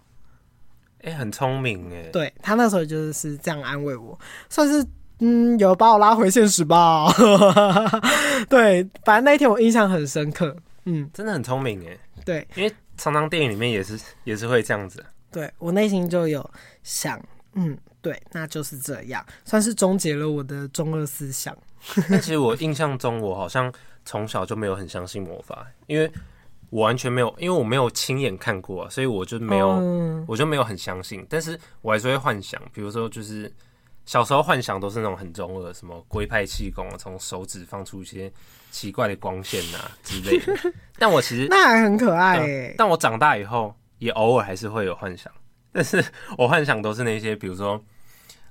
Speaker 2: 哎、很聪明哎、
Speaker 1: 对他那时候就是这样安慰我，算是嗯有把我拉回现实吧。 对，反正那一天我印象很深刻。嗯，
Speaker 2: 真的很聪明哎、
Speaker 1: 对
Speaker 2: 因为常常电影里面也是也是会这样子。啊
Speaker 1: 对，我内心就有想，嗯，对，那就是这样，算是终结了我的中二思想。
Speaker 2: 但其实我印象中，我好像从小就没有很相信魔法，因为我完全没有，因为我没有亲眼看过、啊，所以我就没有、
Speaker 1: 嗯
Speaker 2: 我就没有很相信，但是我还是会幻想，比如说就是小时候幻想都是那种很中二的，什么龟派气功啊，从手指放出一些奇怪的光线啊之类的。 但我其实，
Speaker 1: 那还很可爱
Speaker 2: 嗯
Speaker 1: 欸
Speaker 2: 但我长大以后也偶尔还是会有幻想，但是我幻想都是那些，比如说，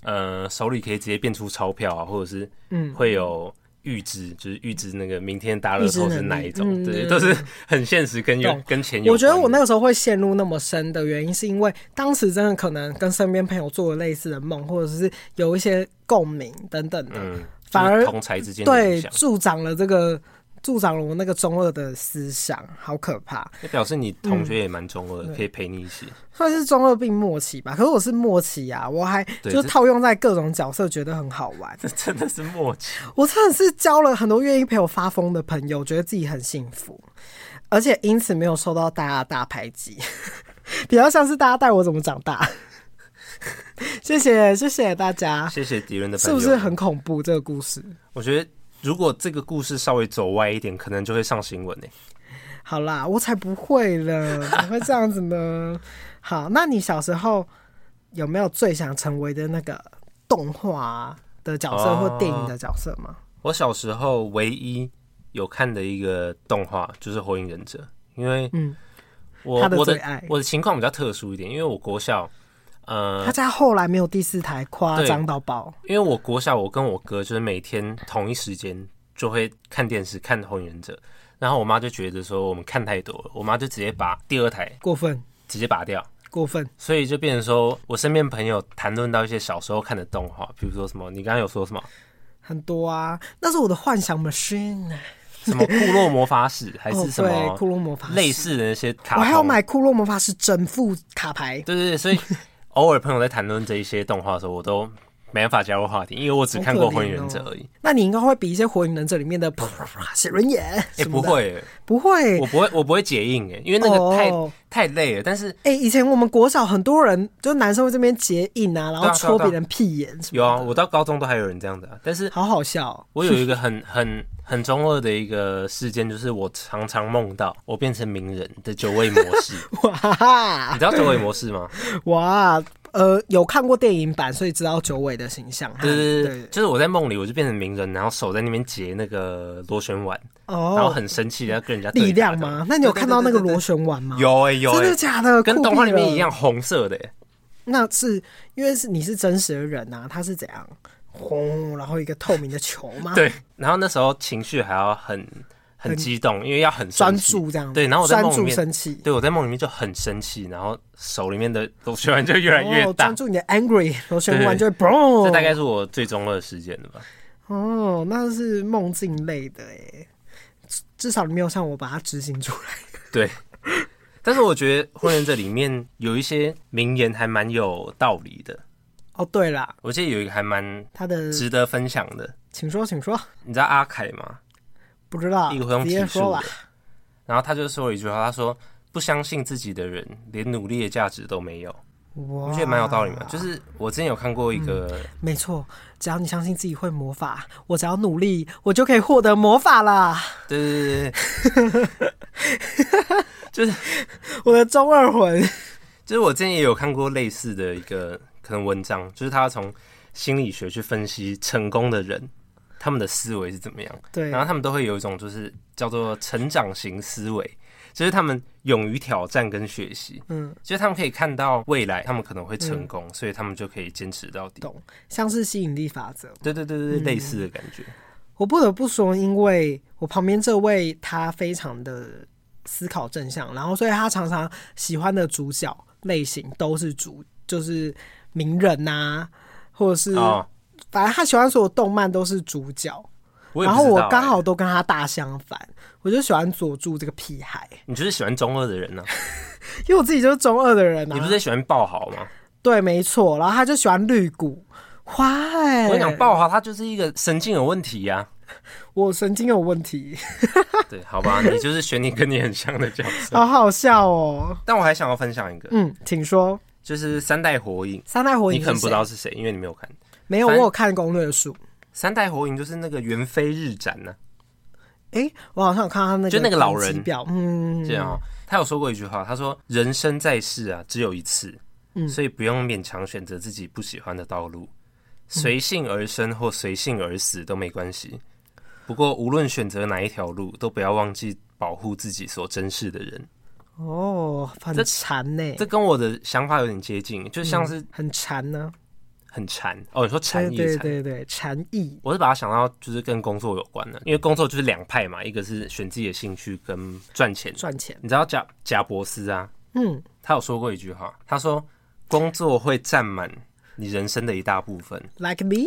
Speaker 2: 呃，手里可以直接变出钞票啊，或者是
Speaker 1: 嗯，
Speaker 2: 会有。预知就是预知那个明天大乐
Speaker 1: 预知
Speaker 2: 透
Speaker 1: 能
Speaker 2: 是哪
Speaker 1: 力
Speaker 2: 一
Speaker 1: 嗯
Speaker 2: 种，对，
Speaker 1: 嗯
Speaker 2: 都是很现实跟有
Speaker 1: 懂
Speaker 2: 跟钱有关的。
Speaker 1: 我觉得我那个时候会陷入那么深的原因，是因为当时真的可能跟身边朋友做了类似的梦，或者是有一些共鸣等等的，
Speaker 2: 嗯，
Speaker 1: 反而
Speaker 2: 就是同才之间的
Speaker 1: 对
Speaker 2: 影响。
Speaker 1: 助长了这个助长了我那个中二的思想，好可怕。
Speaker 2: 那表示你同
Speaker 1: 嗯
Speaker 2: 学也蛮中二的，可以陪你一起。
Speaker 1: 算是中二病末期吧，可是我是末期啊，我还
Speaker 2: 对
Speaker 1: 就是
Speaker 2: 这
Speaker 1: 套用在各种角色，觉得很好玩。
Speaker 2: 这 真的是默契，
Speaker 1: 我真的是交了很多愿意陪我发疯的朋友，觉得自己很幸福，而且因此没有受到大家的大排挤， 比较像是大家带我怎么长大。 谢谢谢谢大家，
Speaker 2: 谢谢敌人的朋
Speaker 1: 是
Speaker 2: 友。
Speaker 1: 不是很恐怖这个故事？
Speaker 2: 我觉得如果这个故事稍微走歪一点，可能就会上新闻欸呢、
Speaker 1: 好啦，我才不会了，怎么会这样子呢？ 好，那你小时候有没有最想成为的那个动画的角色或电影的角色吗？
Speaker 2: 我小时候唯一有看的一个动画就是《火影忍者》，因为
Speaker 1: 嗯
Speaker 2: 我
Speaker 1: 他的
Speaker 2: 我
Speaker 1: 最爱
Speaker 2: 的我的情况比较特殊一点，因为我国小，呃
Speaker 1: 他，家后来没有第四台，夸
Speaker 2: 对
Speaker 1: 张到爆。
Speaker 2: 因为我国小我跟我哥就是每天同一时间就会看电视看《火影忍者》，然后我妈就觉得说我们看太多了，我妈就直接把第二台
Speaker 1: 过分
Speaker 2: 直接拔掉。
Speaker 1: 过分，
Speaker 2: 所以就变成说，我身边朋友谈论到一些小时候看的动画，比如说什么，你刚刚有说什么
Speaker 1: 很多啊，那是我的幻想 machine，
Speaker 2: 什么库洛魔法使，还
Speaker 1: 哦
Speaker 2: 是，什
Speaker 1: 对，
Speaker 2: 么
Speaker 1: 骷髅魔法师
Speaker 2: 类，似的那些
Speaker 1: 我
Speaker 2: 卡通，
Speaker 1: 还要买骷髅魔法师整副卡牌，
Speaker 2: 对对对， 所以偶尔朋友在谈论这一些动画的时候，我都没办法加入话题，因为我只看过
Speaker 1: 哦
Speaker 2: 《火影忍者》而已。
Speaker 1: 那你应该会比一些火影忍者里面的啪啪啪写轮眼，
Speaker 2: 哎、
Speaker 1: 什么
Speaker 2: 不
Speaker 1: 的，
Speaker 2: 会、
Speaker 1: 不 会
Speaker 2: 我，不会，我不会解印哎、因为那个太、
Speaker 1: 哦
Speaker 2: 太累了。但是
Speaker 1: 哎、以前我们国小很多人，就男生会这边结印啊，然
Speaker 2: 对
Speaker 1: 后
Speaker 2: 啊
Speaker 1: 戳
Speaker 2: 对啊
Speaker 1: 别人屁眼什么的，
Speaker 2: 有啊，我到高中都还有人这样的、啊。但是
Speaker 1: 好好笑哦、
Speaker 2: 我有一个很很 很中二的一个事件，就是我常常梦到我变成名人的九尾模式。
Speaker 1: 哇
Speaker 2: 你知道九尾模 式吗？
Speaker 1: 哇，呃，有看过电影版，所以知道九尾的形象。
Speaker 2: 对对
Speaker 1: 对
Speaker 2: 对，就是我在梦里我就变成名人，然后手在那边结那个螺旋丸，然后
Speaker 1: 哦，
Speaker 2: 很生气，要跟人家对打
Speaker 1: 力量
Speaker 2: 这
Speaker 1: 吗
Speaker 2: 样？
Speaker 1: 那你有看到那个
Speaker 2: 对对对
Speaker 1: 螺旋丸吗？
Speaker 2: 对对对有哎、有哎、
Speaker 1: 真的假的？
Speaker 2: 跟
Speaker 1: 酷
Speaker 2: 动画里
Speaker 1: 毙
Speaker 2: 面
Speaker 1: 了
Speaker 2: 一样。红色的、欸，
Speaker 1: 那是因为是你是真实的人啊，他是怎样？轰，然后一个透明的球吗？，
Speaker 2: 对。然后那时候情绪还要很很激动，因为要很
Speaker 1: 专
Speaker 2: 生气
Speaker 1: 注这样。
Speaker 2: 对，然后我在
Speaker 1: 专
Speaker 2: 梦里
Speaker 1: 注
Speaker 2: 面，
Speaker 1: 生气。
Speaker 2: 对我在梦里面就很生气，然后手里面的螺旋丸就越来越
Speaker 1: 哦，
Speaker 2: 大
Speaker 1: 专。注你哦的 angry 螺旋丸
Speaker 2: 对
Speaker 1: 就会嘣。
Speaker 2: 这大概是我最中二的事件了吧？
Speaker 1: 哦，那是梦境类的诶，至至少你没有像我把它执行出来。
Speaker 2: 对。但是我觉得《火影忍者》里面有一些名言还蛮有道理的，
Speaker 1: 哦，对啦，
Speaker 2: 我记得有一个还蛮
Speaker 1: 他的，
Speaker 2: 值得分享的。
Speaker 1: 请说，请说，
Speaker 2: 你知道阿凯吗？
Speaker 1: 不知道，
Speaker 2: 一个会用
Speaker 1: 啊直
Speaker 2: 提
Speaker 1: 接说
Speaker 2: 速的
Speaker 1: 吧。。
Speaker 2: 然后他就说了一句话，他说：“不相信自己的人，连努力的价值都没有。”
Speaker 1: 哇，
Speaker 2: 我觉得蛮有道理嘛。就是我之前有看过一个，
Speaker 1: 没错，只要你相信自己会魔法，我只要努力，我就可以获得魔法啦。
Speaker 2: 对对对对，
Speaker 1: 我的中二魂，
Speaker 2: 就是我之前也有看过类似的一个可能文章，就是他从心理学去分析成功的人他们的思维是怎么样，
Speaker 1: 对，
Speaker 2: 然后他们都会有一种就是叫做成长型思维，就是他们勇于挑战跟学习，
Speaker 1: 嗯，
Speaker 2: 就是他们可以看到未来他们可能会成功，所以他们就可以坚持到底。
Speaker 1: 懂，嗯像是吸引力法则。
Speaker 2: 对对对对，对类似的感觉。
Speaker 1: 我不得不说，因为我旁边这位他非常的思考正向，然后所以他常常喜欢的主角类型都是主，就是名人呐、或者是、
Speaker 2: 哦，
Speaker 1: 反正他喜欢所有动漫都是主角。
Speaker 2: 我也
Speaker 1: 然
Speaker 2: 不
Speaker 1: 后
Speaker 2: 知
Speaker 1: 我
Speaker 2: 道
Speaker 1: 刚
Speaker 2: 欸
Speaker 1: 好都跟他大相反，我就喜欢佐助这个屁孩，
Speaker 2: 你就是喜欢中二的人呢、
Speaker 1: 因为我自己就是中二的人
Speaker 2: 你不
Speaker 1: 啊。
Speaker 2: 是喜欢爆豪吗？
Speaker 1: 对，没错。然后他就喜欢绿谷，坏，
Speaker 2: 我跟你讲，爆豪他就是一个神经有问题 呀、
Speaker 1: 我神经有问题，
Speaker 2: 对，好吧，你就是选你跟你很像的角色。
Speaker 1: 好好笑哦。
Speaker 2: 但我还想要分享一个，
Speaker 1: 嗯，请说，
Speaker 2: 就是三代火影，
Speaker 1: 三代火
Speaker 2: 你
Speaker 1: 影
Speaker 2: 可能
Speaker 1: 是
Speaker 2: 不
Speaker 1: 谁
Speaker 2: 知道是谁，因为你没有看。
Speaker 1: 没有，我
Speaker 2: 反
Speaker 1: 有看攻略书。
Speaker 2: 三代火影就是那个猿飞日啊斩呢、
Speaker 1: 诶，我好像有看他那个
Speaker 2: 就那个老人
Speaker 1: 成绩表，嗯，
Speaker 2: 这样、哦，他有说过一句话，他说：“人生在世啊，只有一次，
Speaker 1: 嗯
Speaker 2: 所以不用勉强选择自己不喜欢的道路，随性而生或随性而死都没关系。不过，无论选择哪一条路，都不要忘记保护自己所珍视的人。
Speaker 1: 哦，很
Speaker 2: 这
Speaker 1: 馋呢、
Speaker 2: 这跟我的想法有点接近，就像是
Speaker 1: 很馋呢、
Speaker 2: 很馋哦。你说馋
Speaker 1: 嗯对
Speaker 2: 也
Speaker 1: 对
Speaker 2: 馋，
Speaker 1: 对对，馋意，
Speaker 2: 我是把它想到就是跟工作有关的，因为工作就是两派嘛，一个是选自己的兴趣跟赚钱。
Speaker 1: 赚钱，
Speaker 2: 你知道贾贾伯斯啊，
Speaker 1: 嗯，
Speaker 2: 他有说过一句话，他说工作会占满你人生的一大部 分。
Speaker 1: ，like me，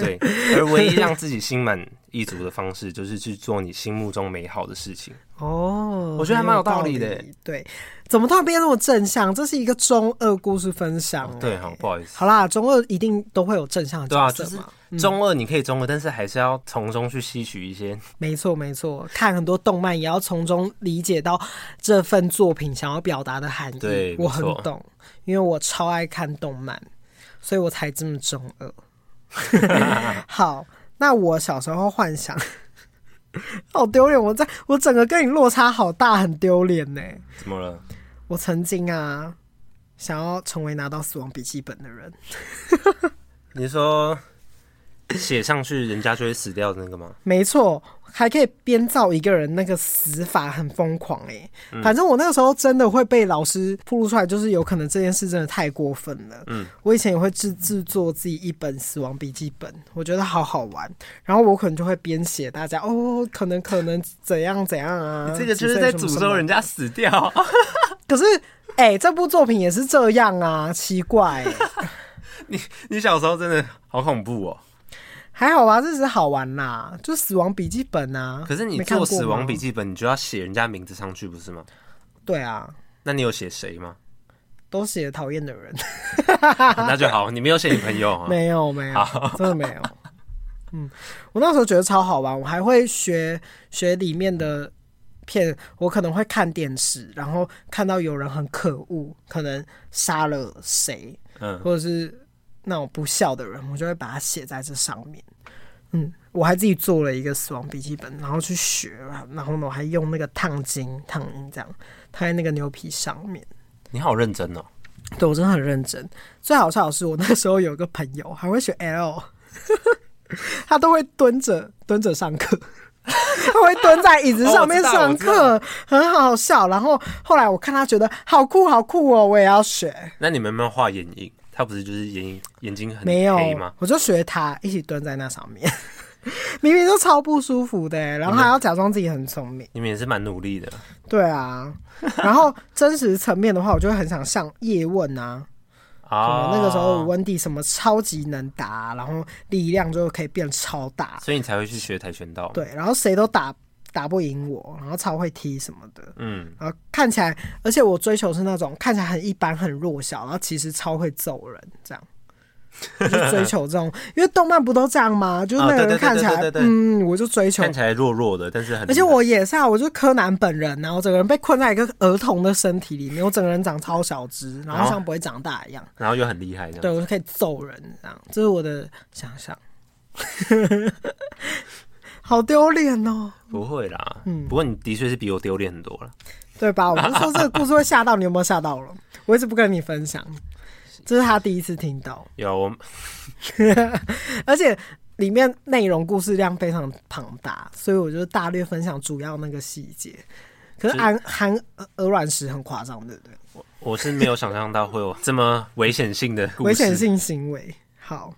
Speaker 2: 对，而唯一让自己心满意足的方式，就是去做你心目中美好的事情。
Speaker 1: 哦，
Speaker 2: 我觉得还蛮有道
Speaker 1: 理
Speaker 2: 理的
Speaker 1: 对，怎么突然变那么正向？这是一个中二故事分享、
Speaker 2: 哦对，
Speaker 1: 哎
Speaker 2: 好，不好意思。
Speaker 1: 好啦，中二一定都会有正向的
Speaker 2: 对啊，
Speaker 1: 角
Speaker 2: 就
Speaker 1: 色
Speaker 2: 是
Speaker 1: 嘛。
Speaker 2: 中二，你可以中二，但是还是要从中去吸取一些。
Speaker 1: 没错，没错，看很多动漫也要从中理解到这份作品想要表达的含义。
Speaker 2: 对
Speaker 1: 我很
Speaker 2: 没错
Speaker 1: 懂，因为我超爱看动漫，所以我才这么中二。 好，那我小时候幻想， 好丢脸！我在我整个跟你落差好大，很丢脸呢。
Speaker 2: 怎么了？
Speaker 1: 我曾经啊，想要成为拿到死亡笔记本的人，
Speaker 2: 你说写上去人家就会死掉的那个吗？
Speaker 1: 没错，还可以编造一个人那个死法，很疯狂哎、
Speaker 2: 嗯
Speaker 1: 反正我那个时候真的会被老师铺露出来，就是有可能这件事真的太过分了。嗯，我以前也会制制作自己一本死亡笔记本，我觉得好好玩。然后我可能就会编写大家哦，可能可能怎样怎样啊，
Speaker 2: 这个就是在
Speaker 1: 几岁什么
Speaker 2: 诅
Speaker 1: 什
Speaker 2: 咒
Speaker 1: 么
Speaker 2: 人家死掉。
Speaker 1: 可是哎、这部作品也是这样啊，奇怪、欸。
Speaker 2: 你小时候真的好恐怖哦！
Speaker 1: 还好啊吧，这只是好玩啦，就死亡笔记本啊。
Speaker 2: 可是你
Speaker 1: 没看
Speaker 2: 做
Speaker 1: 过
Speaker 2: 死
Speaker 1: 吗
Speaker 2: 亡笔记本，你就要写人家名字上去，不是吗？
Speaker 1: 对啊，
Speaker 2: 那你有写 谁吗？
Speaker 1: 都写讨厌的人，
Speaker 2: 那就好，你没有写你朋友 啊。
Speaker 1: 没有没有，真的没有。嗯，我那时候觉得超好玩，我还会学学里面的片，我可能会看电视，然后看到有人很可恶，可能杀了谁，
Speaker 2: 嗯，
Speaker 1: 或者是那种不孝的人，我就会把它写在这上面。嗯，我还自己做了一个死亡笔记本，然后去学，然后呢，我还用那个烫金、烫印这样烫在那个牛皮上面。
Speaker 2: 你好认真哦。
Speaker 1: 对我真的很认真。最好笑的是，我那时候有个朋友还会学 L，他都会蹲着蹲着上课，他会蹲在椅子上面上课，
Speaker 2: 哦
Speaker 1: 很好笑。然后后来我看他觉得好酷好酷哦，我也要学。
Speaker 2: 那你们有没有画眼影？他不是就是眼影眼睛很
Speaker 1: 没有
Speaker 2: 黑吗？，
Speaker 1: 我就学他一起蹲在那上面， 明明就超不舒服的、欸然后还要假装自己很聪明。
Speaker 2: 你们也是蛮努力的。
Speaker 1: 对啊，然后真实层面的话，我就会很想上叶问啊，什
Speaker 2: 啊
Speaker 1: 么那个时候温蒂什么超级能打，然后力量就可以变超大，
Speaker 2: 所以你才会去学跆拳道。，
Speaker 1: 对，然后谁都打打不赢我，然后超会踢什么的，
Speaker 2: 嗯，
Speaker 1: 然后看起来，而且我追求是那种看起来很一般、很弱小，然后其实超会揍人这样。我就追求这种， 因为动漫不都这样吗？就是那
Speaker 2: 啊
Speaker 1: 个
Speaker 2: 对
Speaker 1: 人
Speaker 2: 对对
Speaker 1: 看起来，
Speaker 2: 对对对
Speaker 1: 嗯，我就追求
Speaker 2: 看起来弱弱的，但是很厉害。
Speaker 1: 而且我也是啊，我就是柯南本人啊，我整个人被困在一个儿童的身体里面，我整个人长超小只，然
Speaker 2: 哦
Speaker 1: 后像不会长大一样，
Speaker 2: 然后又很厉害这
Speaker 1: 对
Speaker 2: 样。
Speaker 1: 我就可以揍人这样，这是我的想象，好丢脸哦，
Speaker 2: 不会啦，
Speaker 1: 嗯
Speaker 2: 不过你的确是比我丢脸很多了。
Speaker 1: 对吧？我就说这个故事会吓到你，有没有吓到了？我一直不跟你分享，这是他第一次听到，
Speaker 2: 有我
Speaker 1: 而且。里面内容故事量非常庞大，所以我就大略分享主要那个细节。可是
Speaker 2: 是
Speaker 1: 含含鹅卵石很夸张，对不对？
Speaker 2: 我是没有想象到会有这么危险性的 故事
Speaker 1: 危险。性行为。好，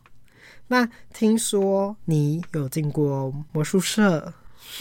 Speaker 1: 那听说你有进过魔术社，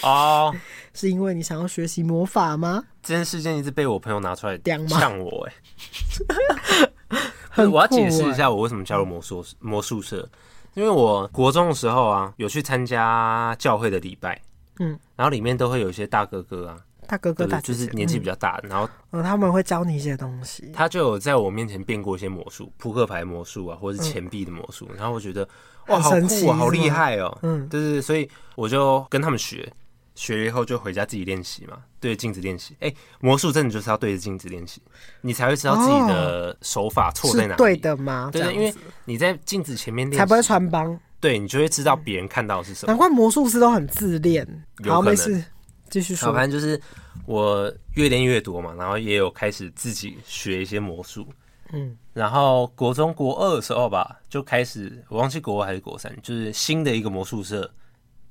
Speaker 2: 哦。
Speaker 1: 是因为你想要学习魔法吗？
Speaker 2: 这件事件一直被我朋友拿出来
Speaker 1: 刁吗
Speaker 2: 呛我、 欸，哎，
Speaker 1: 很
Speaker 2: 我要
Speaker 1: 酷
Speaker 2: 解释
Speaker 1: 欸
Speaker 2: 一下我为什么加入魔术魔术社，因为我国中的时候啊，有去参加教会的礼拜，
Speaker 1: 嗯，
Speaker 2: 然后里面都会有一些大哥哥啊，
Speaker 1: 大哥哥
Speaker 2: 对不
Speaker 1: 大
Speaker 2: 对？
Speaker 1: 姐
Speaker 2: 就
Speaker 1: 姐，
Speaker 2: 是年纪比较大的，然后
Speaker 1: 嗯，他们会教你一些东西。
Speaker 2: 他就有在我面前变过一些魔术，扑克牌魔术啊，或者是钱币的魔术，然后我觉得
Speaker 1: 嗯
Speaker 2: 哇，
Speaker 1: 很
Speaker 2: 好
Speaker 1: 神奇
Speaker 2: 酷啊，好
Speaker 1: 是
Speaker 2: 厉
Speaker 1: 吗
Speaker 2: 害哦，
Speaker 1: 嗯
Speaker 2: 对对对，所以我就跟他们学，学了以后就回家自己练习嘛，对着镜子练习。哎、魔术真的就是要对着镜子练习，你才会知道自己的手法错在
Speaker 1: 哦是
Speaker 2: 哪里。
Speaker 1: 对的吗？
Speaker 2: 对
Speaker 1: 这
Speaker 2: 对，
Speaker 1: 样
Speaker 2: 因为你在镜子前面练习，
Speaker 1: 才不会穿帮，
Speaker 2: 对你就会知道别人看到的是什么
Speaker 1: 难。怪魔术师都很自恋。
Speaker 2: 有
Speaker 1: 好，
Speaker 2: 可能
Speaker 1: 没事，继续
Speaker 2: 好，
Speaker 1: 说。
Speaker 2: 啊反正就是我越练越多嘛，然后也有开始自己学一些魔术。
Speaker 1: 嗯，
Speaker 2: 然后国中国二的时候吧，就开始我忘记国二还是国三，就是新的一个魔术社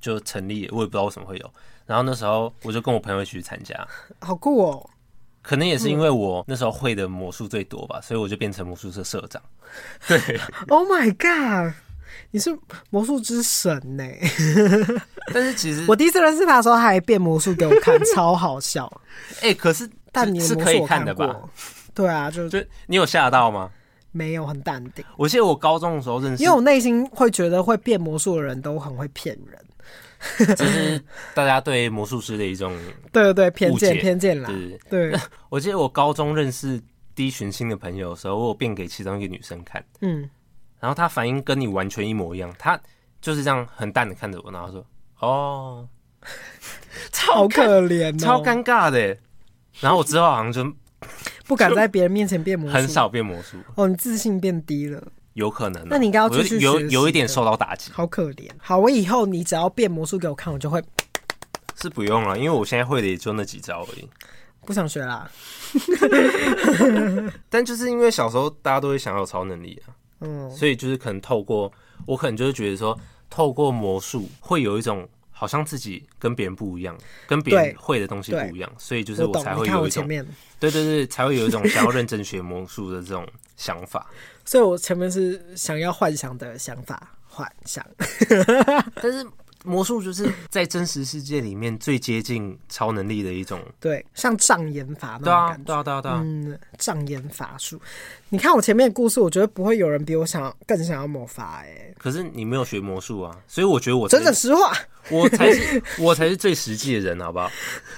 Speaker 2: 就成立了，我也不知道为什么会有。然后那时候我就跟我朋友一起去参加，
Speaker 1: 好酷哦！
Speaker 2: 可能也是因
Speaker 1: 嗯
Speaker 2: 为我那时候会的魔术最多吧，所以我就变成魔术社社长。对，
Speaker 1: Oh my god！你是魔术之神呢、
Speaker 2: 嗯但是其实
Speaker 1: 我第一次认识他的时候，他还变魔术给我 看，超好笑。
Speaker 2: 哎、可是
Speaker 1: 但
Speaker 2: 是
Speaker 1: 你的
Speaker 2: 是
Speaker 1: 魔
Speaker 2: 可
Speaker 1: 术
Speaker 2: 以
Speaker 1: 我
Speaker 2: 看的吧？
Speaker 1: 过，对啊，就是
Speaker 2: 就你有吓到吗？
Speaker 1: 没有很淡定，
Speaker 2: 我记得我高中的时候认识，
Speaker 1: 因为我内心会觉得会变魔术的人都很会骗人。
Speaker 2: 这是大家对魔术师的一种
Speaker 1: 对对对，偏
Speaker 2: 误
Speaker 1: 见
Speaker 2: 解
Speaker 1: 偏见啦，
Speaker 2: 对。
Speaker 1: 对，
Speaker 2: 我记得我高中认识第一群新的朋友的时候，我有变给其中一个女生看，
Speaker 1: 嗯，
Speaker 2: 然后她反应跟你完全一模一样，她就是这样很淡的看着我，然后说：“哦，
Speaker 1: 好可怜、哦，
Speaker 2: 超尴尬的。”然后我之后好像就
Speaker 1: 不敢在别人面前变魔术，
Speaker 2: 很少变魔术，
Speaker 1: 哦，你自信变低了，
Speaker 2: 有可能啊、
Speaker 1: 那你应该要
Speaker 2: 我有
Speaker 1: 继续
Speaker 2: 有
Speaker 1: 学习
Speaker 2: 有一点
Speaker 1: 的
Speaker 2: 受到打击，
Speaker 1: 好可怜。好，我以后你只要变魔术给我看，我就会
Speaker 2: 是不用了，因为我现在会的也就那几招而已。
Speaker 1: 不想学啦。
Speaker 2: 但就是因为小时候大家都会想要有超能力啊，
Speaker 1: 嗯，
Speaker 2: 所以就是可能透过我可能就是觉得说，透过魔术会有一种好像自己跟别人不一样，跟别人
Speaker 1: 对
Speaker 2: 会的东西不一样，所以就是
Speaker 1: 我懂
Speaker 2: 才。
Speaker 1: 你
Speaker 2: 会
Speaker 1: 看
Speaker 2: 有
Speaker 1: 我
Speaker 2: 一
Speaker 1: 前
Speaker 2: 种
Speaker 1: 面，
Speaker 2: 对对对，才会有一种想要认真学魔术的这种想法。
Speaker 1: 所以我前面是想要幻想的想法，幻想。
Speaker 2: 但是魔术就是在真实世界里面最接近超能力的一种，
Speaker 1: 对，像障眼法那
Speaker 2: 对
Speaker 1: 种
Speaker 2: 啊
Speaker 1: 感觉。
Speaker 2: 对啊对啊对啊，
Speaker 1: 嗯，障眼法术。你看我前面的故事，我觉得不会有人比我想更想要魔法哎、
Speaker 2: 可是你没有学魔术啊，所以我觉得我才
Speaker 1: 真的实话，
Speaker 2: 我才是我才是最实际的人，好不好？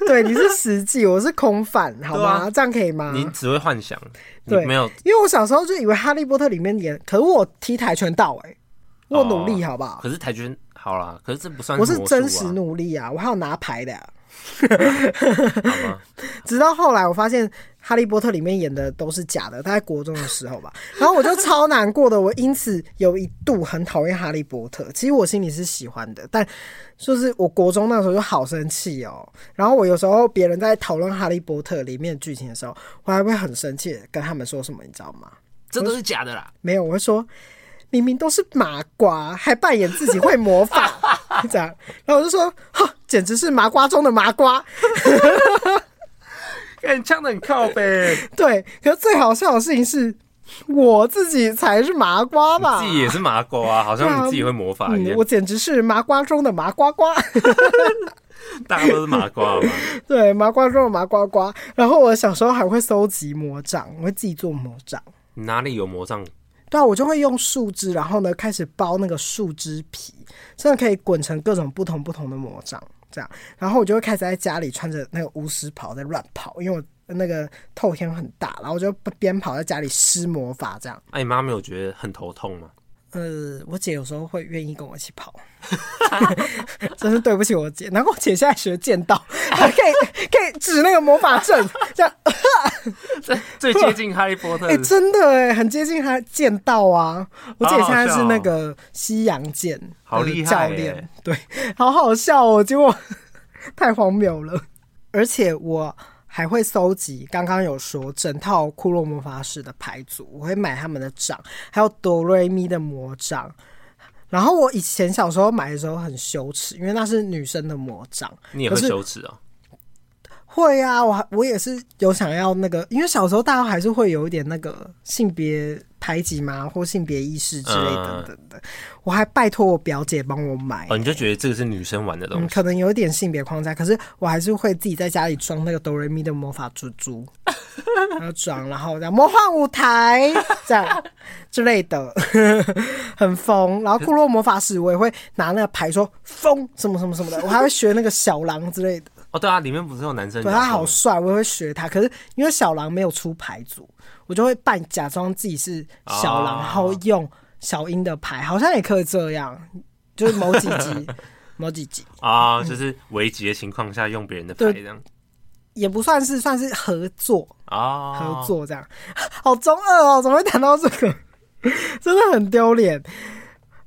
Speaker 1: 对，你是实际，我是空泛，好吗？
Speaker 2: 对啊
Speaker 1: 这样可以吗？
Speaker 2: 你只会幻想，你
Speaker 1: 嗯对
Speaker 2: 没有
Speaker 1: 因为我小时候就以为《哈利波特》里面演，可是我踢跆拳道哎、我有努力好不好？
Speaker 2: 可是跆拳好啦，可是这不算
Speaker 1: 我
Speaker 2: 啊是
Speaker 1: 是
Speaker 2: 魔术啊
Speaker 1: 真实努力啊，我还有拿牌的、啊。
Speaker 2: 好 吗？
Speaker 1: 直到后来我发现《哈利波特》里面演的都是假的，大概国中的时候 吧，然后我就超难过的，我因此有一度很讨厌《哈利波特》。其实我心里是喜欢的，但就是我国中那时候就好生气哦。然后我有时候别人在讨论《哈利波特》里面的剧情的时候，我还会很生气地跟他们说什么，你知道吗？
Speaker 2: 这都是假的啦。
Speaker 1: 没有，我会说明明都是麻瓜，还扮演自己会魔 法，这样，然后我就说，哈，简直是麻瓜中的麻瓜。
Speaker 2: 看哎呛的很靠呗，
Speaker 1: 对，可是最好笑的事情是，我自己才是麻瓜吧
Speaker 2: 自？己也是麻瓜啊，好像你自己会魔法一
Speaker 1: 嗯，
Speaker 2: 样
Speaker 1: 我，简直是麻瓜中的麻瓜瓜，
Speaker 2: 大家都是麻瓜啊好吗？
Speaker 1: 对，麻瓜中的麻瓜瓜。然后我小时候还会搜集魔杖，我会自己做魔杖。
Speaker 2: 你哪里有魔杖？
Speaker 1: 对啊，我就会用树枝，然后呢开始包那个树枝皮，真的可以滚成各种不同不同的魔杖，这样。然后我就会开始在家里穿着那个巫师袍在乱跑，因为我那个透天很大，然后我就边跑在家里施魔法这样。
Speaker 2: 哎、你妈没有觉得很头痛啊 吗？
Speaker 1: 呃，我姐有时候会愿意跟我一起跑， 真是对不起我姐。难怪我姐现在学剑道，还可以可以指那个魔法阵，这样
Speaker 2: 最最接近哈利波特
Speaker 1: 哎、
Speaker 2: 的，
Speaker 1: 真的哎、很接近他剑道啊！我姐
Speaker 2: 好好
Speaker 1: 现在是
Speaker 2: 笑哦
Speaker 1: 那个西洋剑
Speaker 2: 好
Speaker 1: 的
Speaker 2: 厉害
Speaker 1: 教
Speaker 2: 耶
Speaker 1: 练，对，好好笑哦，结果 太荒谬了。而且我还会搜集，刚刚有说整套《骷髅魔法使》的牌组，我会买他们的杖，还有哆瑞咪的魔杖。然后我以前小时候买的时候很羞耻，因为那是女生的魔杖，
Speaker 2: 你也会羞耻哦、
Speaker 1: 会啊，我还我也是有想要那个，因为小时候大家还是会有一点那个性别排挤嘛，或性别意识之类
Speaker 2: 嗯
Speaker 1: 等等的。我还拜托我表姐帮我买、
Speaker 2: 哦，你就觉得这个是女生玩的东
Speaker 1: 嗯，
Speaker 2: 西，
Speaker 1: 可能有一点性别框架，可是我还是会自己在家里装那个哆瑞咪的魔法珠 珠，然后装，然后这样魔幻舞台这样之类的， 很疯。然后库洛魔法使我也会拿那个牌说疯什么什么什么的，我还会学那个小狼之类的。
Speaker 2: 哦，对啊，里面不是有男生？
Speaker 1: 对他好帅，我也会学他。可是因为小狼没有出牌组，我就会扮假装自己是小狼，
Speaker 2: 哦
Speaker 1: 然后用小樱的牌，好像也可以这样，就是某几集，某几集
Speaker 2: 啊、就是危急的情况下用别人的牌
Speaker 1: 对
Speaker 2: 这样
Speaker 1: 也不算是算是合作，
Speaker 2: 啊，
Speaker 1: 合作这样， 好中二哦，怎么会谈到这个？ 真的很丢脸。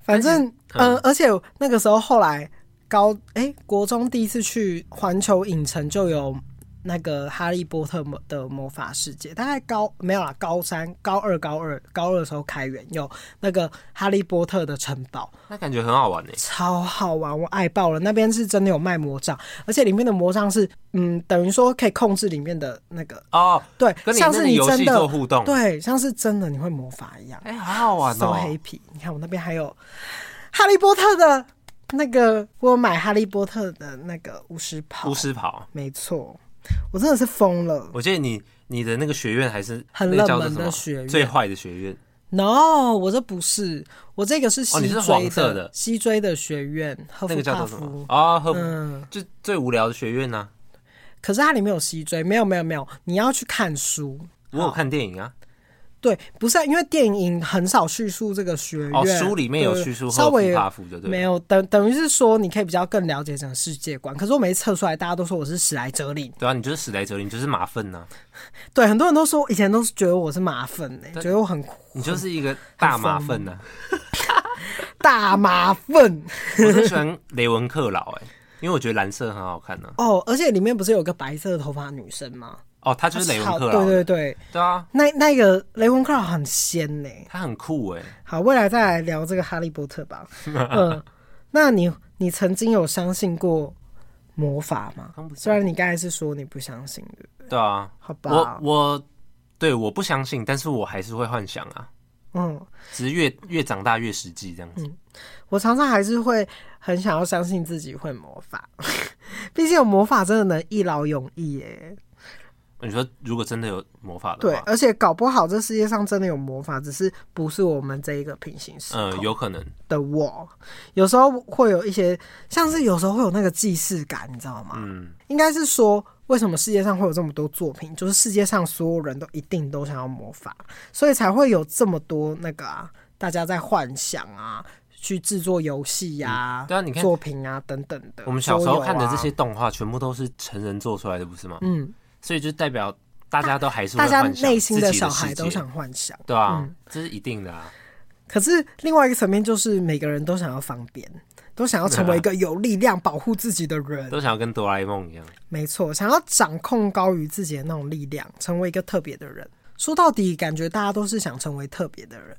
Speaker 1: 反正，
Speaker 2: 嗯
Speaker 1: 呃，而且那个时候后来高哎、国中第一次去环球影城就有那个《哈利波特》的魔法世界，大概高没有啦，高三、高二、高二、高二的时候开园有那个《哈利波特》的城堡，
Speaker 2: 那感觉很好玩呢、
Speaker 1: 超好玩，我爱爆了。那边是真的有卖魔杖，而且里面的魔杖是嗯，等于说可以控制里面的那个
Speaker 2: 哦，
Speaker 1: 对，
Speaker 2: 跟你
Speaker 1: 像
Speaker 2: 那
Speaker 1: 是
Speaker 2: 个
Speaker 1: 你
Speaker 2: 游
Speaker 1: 真
Speaker 2: 戏
Speaker 1: 的
Speaker 2: 做互动，
Speaker 1: 对，像是真的你会魔法一样，
Speaker 2: 哎、好好玩
Speaker 1: 收
Speaker 2: 哦、
Speaker 1: 黑皮。你看我那边还有哈利波特的那个，我有买哈利波特的那个巫师袍，
Speaker 2: 巫师袍。
Speaker 1: 没错，我真的是疯了。
Speaker 2: 我记得你你的那个学院还是
Speaker 1: 很
Speaker 2: 那个叫
Speaker 1: 冷门
Speaker 2: 做什
Speaker 1: 的
Speaker 2: 么
Speaker 1: 学院
Speaker 2: 最坏的学院，
Speaker 1: No，我这不是，我这个是西
Speaker 2: 哦你是
Speaker 1: 追
Speaker 2: 黄色的
Speaker 1: 西追的学院，赫
Speaker 2: 那
Speaker 1: 夫
Speaker 2: 个叫
Speaker 1: 帕
Speaker 2: 做什么
Speaker 1: 夫。
Speaker 2: 啊？和
Speaker 1: 嗯，
Speaker 2: 就最无聊的学院啊呢、
Speaker 1: 可是它里面有西追，没有没有没有，你要去看书。
Speaker 2: 我有看电影啊，
Speaker 1: 对，不是啊因为电影很少叙述这个学院，
Speaker 2: 哦，书里面有
Speaker 1: 对
Speaker 2: 叙述
Speaker 1: 稍
Speaker 2: 赫
Speaker 1: 微
Speaker 2: 夫帕夫，对不
Speaker 1: 没
Speaker 2: 对？
Speaker 1: 有等等于是说你可以比较更了解整个世界观。可是我每次测出来，大家都说我是史莱哲林，
Speaker 2: 对啊，你就是史莱哲林，你就是马粪呐、
Speaker 1: 对，很多人都说以前都是觉得我是马粪呢、
Speaker 2: 但
Speaker 1: 觉得我很
Speaker 2: 你就是一个大马粪呐、
Speaker 1: 大马粪。
Speaker 2: 我最喜欢雷文克劳哎、因为我觉得蓝色很好看呢、
Speaker 1: 哦，而且里面不是有个白色的头发女生吗？
Speaker 2: 哦，他就是雷文
Speaker 1: 她
Speaker 2: 克
Speaker 1: 超
Speaker 2: 劳，
Speaker 1: 对对对，
Speaker 2: 对啊，
Speaker 1: 那那个雷文克劳很仙呢、
Speaker 2: 他很酷哎、
Speaker 1: 好，未来再来聊这个哈利波特 吧。嗯、那你你曾经有相信过魔法吗
Speaker 2: 当？不
Speaker 1: 虽然你刚才是说你不相信的，
Speaker 2: 对啊，
Speaker 1: 好吧
Speaker 2: 我？我对我不相信，但是我还是会幻想啊，
Speaker 1: 嗯，
Speaker 2: 只是越越长大越实际这样子。
Speaker 1: 我常常还是会很想要相信自己会魔法， 毕竟有魔法真的能一劳永逸耶。
Speaker 2: 你说如果真的有魔法的
Speaker 1: 对，
Speaker 2: 话，
Speaker 1: 而且搞不好这世界上真的有魔法，只是不是我们这一个平行时
Speaker 2: 嗯，
Speaker 1: 空
Speaker 2: 有可能，
Speaker 1: 的我。有时候会有一些，像是有时候会有那个既视感，你知道吗？
Speaker 2: 嗯，
Speaker 1: 应该是说，为什么世界上会有这么多作品？就是世界上所有人都一定都想要魔法，所以才会有这么多那个啊，大家在幻想啊，去制作游戏呀、
Speaker 2: 对啊，你看
Speaker 1: 作品啊等等的。
Speaker 2: 我们小时
Speaker 1: 桌
Speaker 2: 候
Speaker 1: 游啊
Speaker 2: 看的这些，动画，全部都是成人做出来的，不是吗？
Speaker 1: 嗯，
Speaker 2: 所以就代表大家都还是
Speaker 1: 大
Speaker 2: 会
Speaker 1: 家
Speaker 2: 幻想
Speaker 1: 内心
Speaker 2: 自己
Speaker 1: 小
Speaker 2: 的
Speaker 1: 孩
Speaker 2: 世
Speaker 1: 都
Speaker 2: 界
Speaker 1: 想嗯幻想。
Speaker 2: 对啊，这是一定的啊。
Speaker 1: 可是另外一个层面就是，每个人都想要方便，都想要成
Speaker 2: 啊
Speaker 1: 为一个有力量保护自己的人。
Speaker 2: 都想要跟哆啦 A 梦一样。
Speaker 1: 没错，想要掌控高于自己的那种力量，成为一个特别的人。说到底，感觉大家都是想成为特别的人。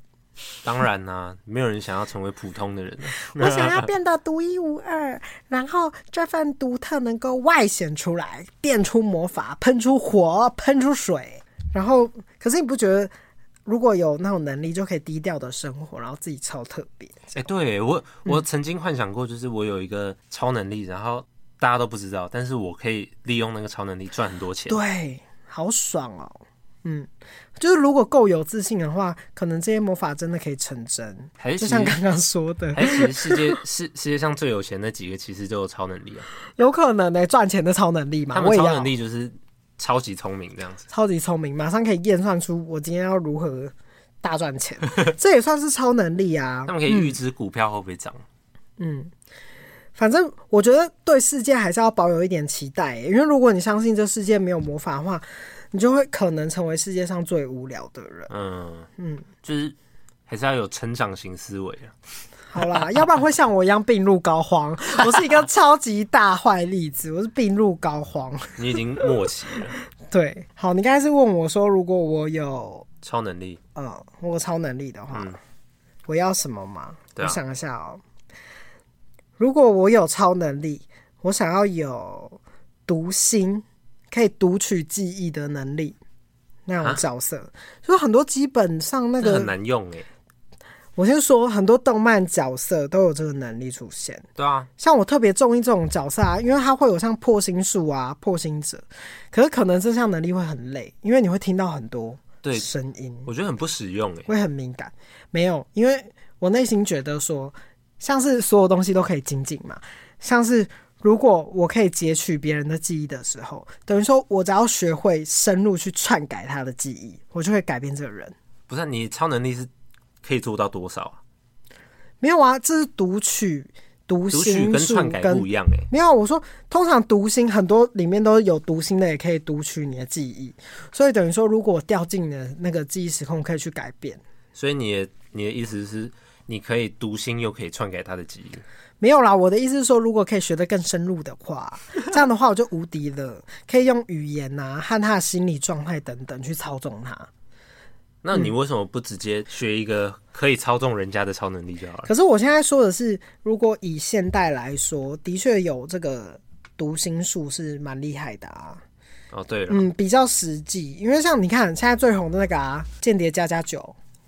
Speaker 2: 当然啦、没有人想要成为普通的人啊。
Speaker 1: 我想要变得独一无二，然后这份独特能够外显出来，变出魔法，喷出火，喷出水。然后，可是你不觉得，如果有那种能力，就可以低调的生活，然后自己超特 别？
Speaker 2: 哎、对我我曾经幻想过，就是我有一个超能力，然后大家都不知道，但是我可以利用那个超能力赚很多钱。
Speaker 1: 对，好爽哦。嗯，就是如果够有自信的话，可能这些魔法真的可以成真。
Speaker 2: 还是
Speaker 1: 就
Speaker 2: 其
Speaker 1: 像
Speaker 2: 实
Speaker 1: 刚刚说的，
Speaker 2: 还是其实世界世世界上最有钱的几个其实就有超能力啊，
Speaker 1: 有可能呢、赚钱的超能力嘛，
Speaker 2: 他
Speaker 1: 我
Speaker 2: 们
Speaker 1: 也
Speaker 2: 超
Speaker 1: 要
Speaker 2: 能力就是超级聪明这样子。
Speaker 1: 超级聪明，马上可以验算出我今天要如何大赚 钱，这也算是超能力啊
Speaker 2: 他。们可以预知股票会不会涨，
Speaker 1: 反正我觉得对世界还是要保有一点期待、欸因为如果你相信这世界没有魔法的话，你就会可能成为世界上最无聊的 人。
Speaker 2: 嗯嗯，就是还是要有成长型思维啊。
Speaker 1: 好啦，要不然会像我一样病入膏肓。 我是一个超级大坏例子，我是病入膏肓。
Speaker 2: 你已经默契了，
Speaker 1: 对，好，你刚才是问我说，如果我有
Speaker 2: 超能力
Speaker 1: 呃我有超能力的话，
Speaker 2: 嗯
Speaker 1: 我要什么吗？
Speaker 2: 对啊
Speaker 1: 我想一下哦，如果我有超能力，我想要有读心，可以读取记忆的能力。那种
Speaker 2: 啊
Speaker 1: 角色，就是很多基本上那
Speaker 2: 这
Speaker 1: 个
Speaker 2: 很，难用哎、
Speaker 1: 我先说很多动漫角色都有这个能力出现。
Speaker 2: 对啊，
Speaker 1: 像我特别中意这种角色啊，因为它会有像破心术啊、破心者，可是可能这项能力会很累，因为你会听到很多
Speaker 2: 对，
Speaker 1: 声音，
Speaker 2: 我觉得很不实用哎、
Speaker 1: 会很敏感。没有，因为我内心觉得说，像是所有东西都可以精进嘛，像是。如果我可以截取别人的记忆的时候，等于说我只要学会深入去篡改他的记忆，我就会改变这个人。
Speaker 2: 不是啊、你超能力是可以做到多少啊？
Speaker 1: 没有啊，这是读取、读
Speaker 2: 读取
Speaker 1: 心
Speaker 2: 跟
Speaker 1: 术
Speaker 2: 篡改
Speaker 1: 跟
Speaker 2: 不一样哎、
Speaker 1: 没有，我说通常读心很多里面都有读心的，也可以读取你的记忆，所以等于说，如果我掉进你的那个记忆时空，可以去改变。
Speaker 2: 所以你的你的意思是，你可以读心又可以篡改他的记忆，
Speaker 1: 没有啦，我的意思是说，如果可以学得更深入的话， 这样的话我就无敌了，可以用语言啊和他的心理状态等等去操纵他。
Speaker 2: 那
Speaker 1: 嗯
Speaker 2: 你为什么不直接学一个可以操纵人家的超能力就好了？
Speaker 1: 可是我现在说的是，如果以现代来说，的确有这个读心术是蛮厉害的啊。
Speaker 2: 哦，对了、
Speaker 1: 嗯，比较实际，因为像你看现在最红的那个啊，《间谍加加九》。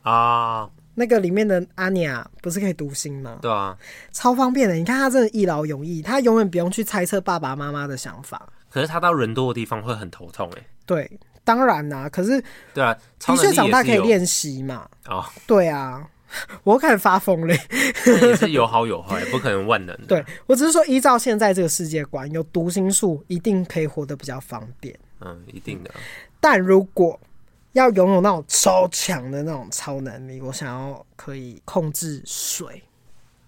Speaker 2: 啊，
Speaker 1: 那个里面的阿尼亚不是可以读心吗？
Speaker 2: 对啊，
Speaker 1: 超方便的，你看他真的一劳永逸，他永远不用去猜测爸爸妈妈的想法。
Speaker 2: 可是他到人多的地方会很头痛哎、
Speaker 1: 对，当然啦、可是
Speaker 2: 对啊，超
Speaker 1: 的确
Speaker 2: 能力
Speaker 1: 长大可
Speaker 2: 也
Speaker 1: 以
Speaker 2: 是有
Speaker 1: 练习嘛。
Speaker 2: 哦，
Speaker 1: 对啊， 我又开始发疯嘞。
Speaker 2: 也是有好有坏，不可能万能的。
Speaker 1: 对我只是说，依照现在这个世界观，有读心术一定可以活得比较方便。
Speaker 2: 嗯，一定的啊。
Speaker 1: 但如果要拥有那种超强的那种超能力，我想要可以控制水，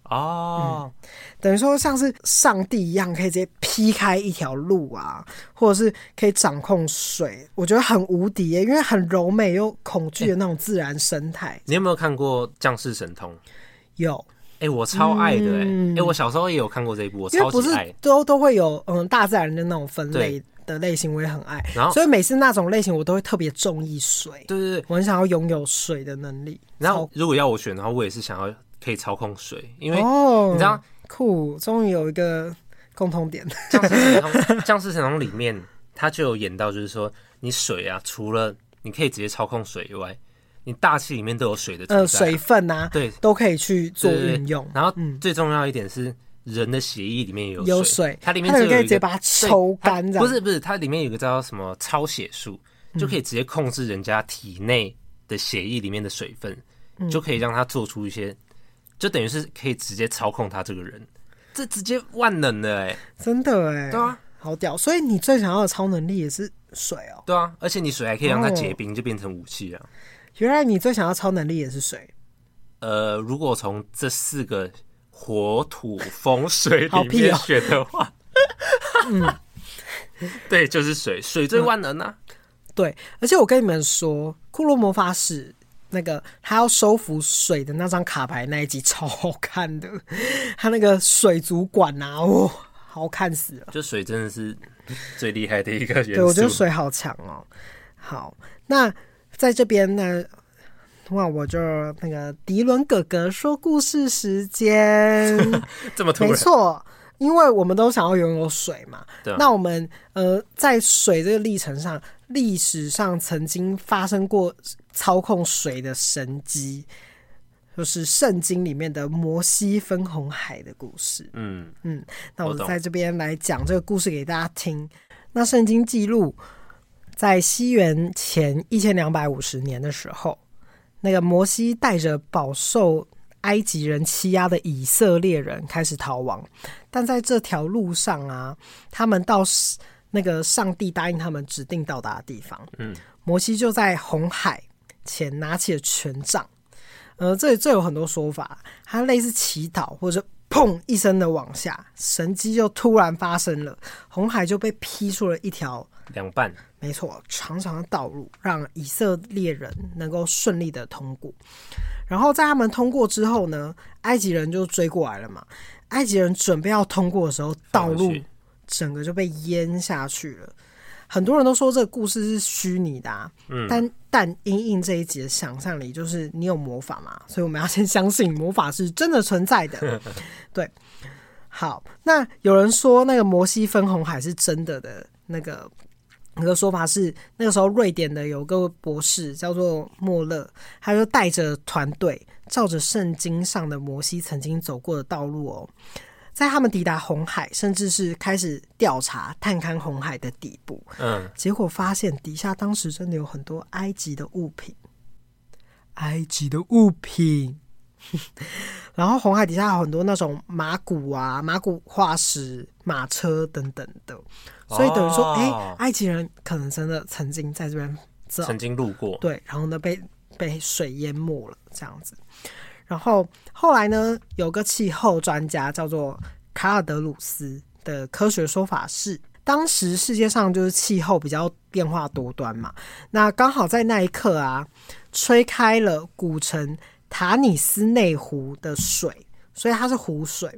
Speaker 2: 哦，
Speaker 1: 嗯等于说像是上帝一样，可以直接劈开一条路啊，或者是可以掌控水，我觉得很无敌耶、因为很柔美又恐惧的那种自然生态。
Speaker 2: 你有没有看过《降世神通》？
Speaker 1: 有，
Speaker 2: 哎、我超爱的哎、哎、我小时候也有看过这一部，我
Speaker 1: 嗯因为
Speaker 2: 超
Speaker 1: 不
Speaker 2: 级
Speaker 1: 是
Speaker 2: 爱。
Speaker 1: 都都会有嗯大自然的那种分
Speaker 2: 对
Speaker 1: 类的类型，我也很爱
Speaker 2: 然，后
Speaker 1: 所以每次那种类型我都会特别中意水，
Speaker 2: 对对对，
Speaker 1: 我很想要拥有水的能力。
Speaker 2: 然后如果要我选，然后我也是想要可以操控水，因
Speaker 1: 超
Speaker 2: 为
Speaker 1: 哦，
Speaker 2: 你知道
Speaker 1: 酷，终于有一个共同 点，
Speaker 2: 《降世神通》 《降世神通》里面他就有演到，就是说你水啊，除了你可以直接操控水以外，你大气里面都有水的存
Speaker 1: 呃，
Speaker 2: 在啊。
Speaker 1: 水分啊，
Speaker 2: 对
Speaker 1: 都可以去做
Speaker 2: 对对对
Speaker 1: 运用。嗯
Speaker 2: 然后最重要一点是，人的血液里面也有
Speaker 1: 有
Speaker 2: 水
Speaker 1: 水，
Speaker 2: 它里面
Speaker 1: 它
Speaker 2: 就
Speaker 1: 可以
Speaker 2: 有一
Speaker 1: 直接
Speaker 2: 个
Speaker 1: 把它抽干，这样嗯
Speaker 2: 不是不是，它里面有个叫什么超血术，就可以直接控制人家体内的血液里面的水分，
Speaker 1: 嗯
Speaker 2: 就可以让他做出一些，就等于是可以直接操控他这个人，这直接万能的哎、
Speaker 1: 真的哎，
Speaker 2: 对啊，
Speaker 1: 好屌。所以你最想要的超能力也是水哦，
Speaker 2: 对啊，而且你水还可以让它结冰，就变成武器啊。
Speaker 1: 原来你最想要的超能力也是水，
Speaker 2: 呃，如果从这四个火、土、风、水
Speaker 1: 好
Speaker 2: 里
Speaker 1: 屁
Speaker 2: 面
Speaker 1: 哦嗯
Speaker 2: 选 的话， 对，就是水，水最万能啊。
Speaker 1: 对，而且我跟你们说，《库洛魔法使》那个他要收服水的那张卡牌那一集超好看的， 他那个水族馆啊，哇、好看死了！
Speaker 2: 就水真的是最厉害的一个元素。
Speaker 1: 对，我觉得水好强哦。好，那在这边呢，那我就那个迪伦哥哥说故事时间。
Speaker 2: 这么突
Speaker 1: 没
Speaker 2: 然，
Speaker 1: 错，因为我们都想要拥有水嘛。
Speaker 2: 对啊
Speaker 1: 那我们呃，在水这个历程上，历史上曾经发生过操控水的神机，就是圣经里面的摩西分红海的故事。
Speaker 2: 嗯，
Speaker 1: 嗯，那
Speaker 2: 我
Speaker 1: 我
Speaker 2: 懂
Speaker 1: 在这边来讲这个故事给大家听。那圣经记录，在西元前一千两百五十年的时候，那个摩西带着饱受埃及人欺压的以色列人开始逃亡，但在这条路上啊，他们到那个上帝答应他们指定到达的地方。
Speaker 2: 嗯，
Speaker 1: 摩西就在红海前拿起了权杖。呃，这里这有很多说法，它类似祈祷或者砰一声的往下，神机就突然发生了，红海就被劈出了一条
Speaker 2: 凉拌，
Speaker 1: 没错，长长的道路让以色列人能够顺利的通过。然后在他们通过之后呢，埃及人就追过来了嘛。埃及人准备要通过的时候，道
Speaker 2: 放
Speaker 1: 路
Speaker 2: 回去
Speaker 1: 整个就被淹下去了。很多人都说这个故事是虚拟的、啊，但但因应这一集的想象力，就是你有魔法嘛，所以我们要先相信魔法是真的存在的。对，好，那有人说那个摩西分红海是真的的那个有个说法是，那个时候瑞典的有个博士叫做莫勒，他就带着团队，照着圣经上的摩西曾经走过的道路哦，在他们抵达红海，甚至是开始调查探勘红海的底部，
Speaker 2: 嗯，
Speaker 1: 结果发现底下当时真的有很多埃及的物品，埃及的物品。 然后红海底下有很多那种马骨啊、马骨化石、马车等等的，所以等于说，
Speaker 2: 哦
Speaker 1: 哎、埃及人可能真的曾经在这边走
Speaker 2: 曾经路过，
Speaker 1: 对，然后呢被被水淹没了这样子。然后后来呢，有个气候专家叫做卡尔德鲁斯的科学说法是，当时世界上就是气候比较变化多端嘛，那刚好在那一刻啊，吹开了古城塔尼斯内湖的水，所以它是湖水。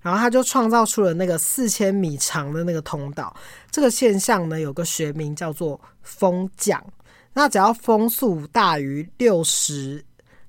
Speaker 1: 然后它就创造出了那个四千米长的那个通道。这个现象呢，有个学名叫做风降。那只要风速大于六十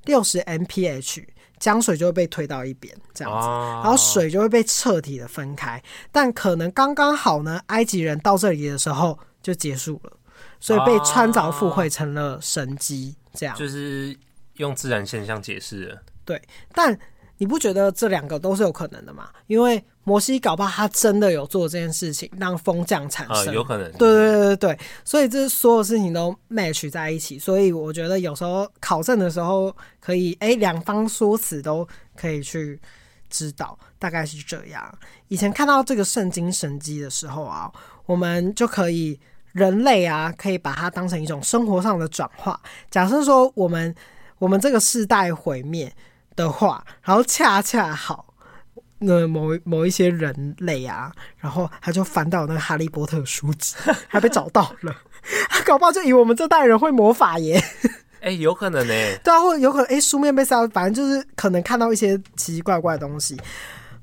Speaker 1: 六十 mph，江水就会被推到一边，这样子。
Speaker 2: 啊
Speaker 1: 然后水就会被彻底的分开。但可能刚刚好呢，埃及人到这里的时候就结束了，所以被穿凿附会成了神机这样。
Speaker 2: 就是用自然现象解释了，
Speaker 1: 对，但你不觉得这两个都是有可能的吗？因为摩西搞不好他真的有做这件事情，让风降产
Speaker 2: 啊、
Speaker 1: 生。
Speaker 2: 有可能。
Speaker 1: 对对对对对，所以这所有事情都 match 在一起，所以我觉得有时候考证的时候可以，哎，两方说辞都可以去知道，大概是这样。以前看到这个圣经神迹的时候啊，我们就可以人类啊，可以把它当成一种生活上的转化。假设说我们我们这个世代毁灭的话，然后恰恰好。那某某一些人类啊，然后他就翻到那个《哈利波特》书籍，还被找到了。 他搞不好就以为我们这代人会魔法耶，
Speaker 2: 哎、有可能呢、
Speaker 1: 对啊，或者有可能哎、诶书面被烧，反正就是可能看到一些奇奇怪怪的东西。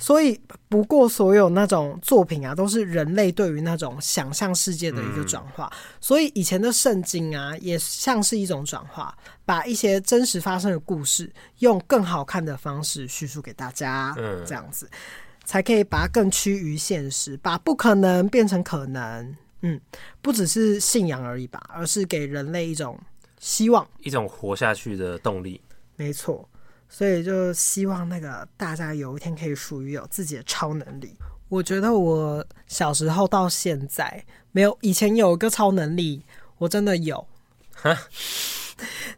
Speaker 1: 所以，不过所有那种作品啊，都是人类对于那种想象世界的一个转化。所以以前的圣经啊，也像是一种转化，把一些真实发生的故事，用更好看的方式叙述给大家，
Speaker 2: 嗯
Speaker 1: 这样子才可以把它更趋于现实，把不可能变成可能。嗯，不只是信仰而已吧，而是给人类一种希望。
Speaker 2: 一种活下去的动力。
Speaker 1: 没错，所以就希望那个大家有一天可以属于有自己的超能力。我觉得我小时候到现在没有，以前有一个超能力，我真的有，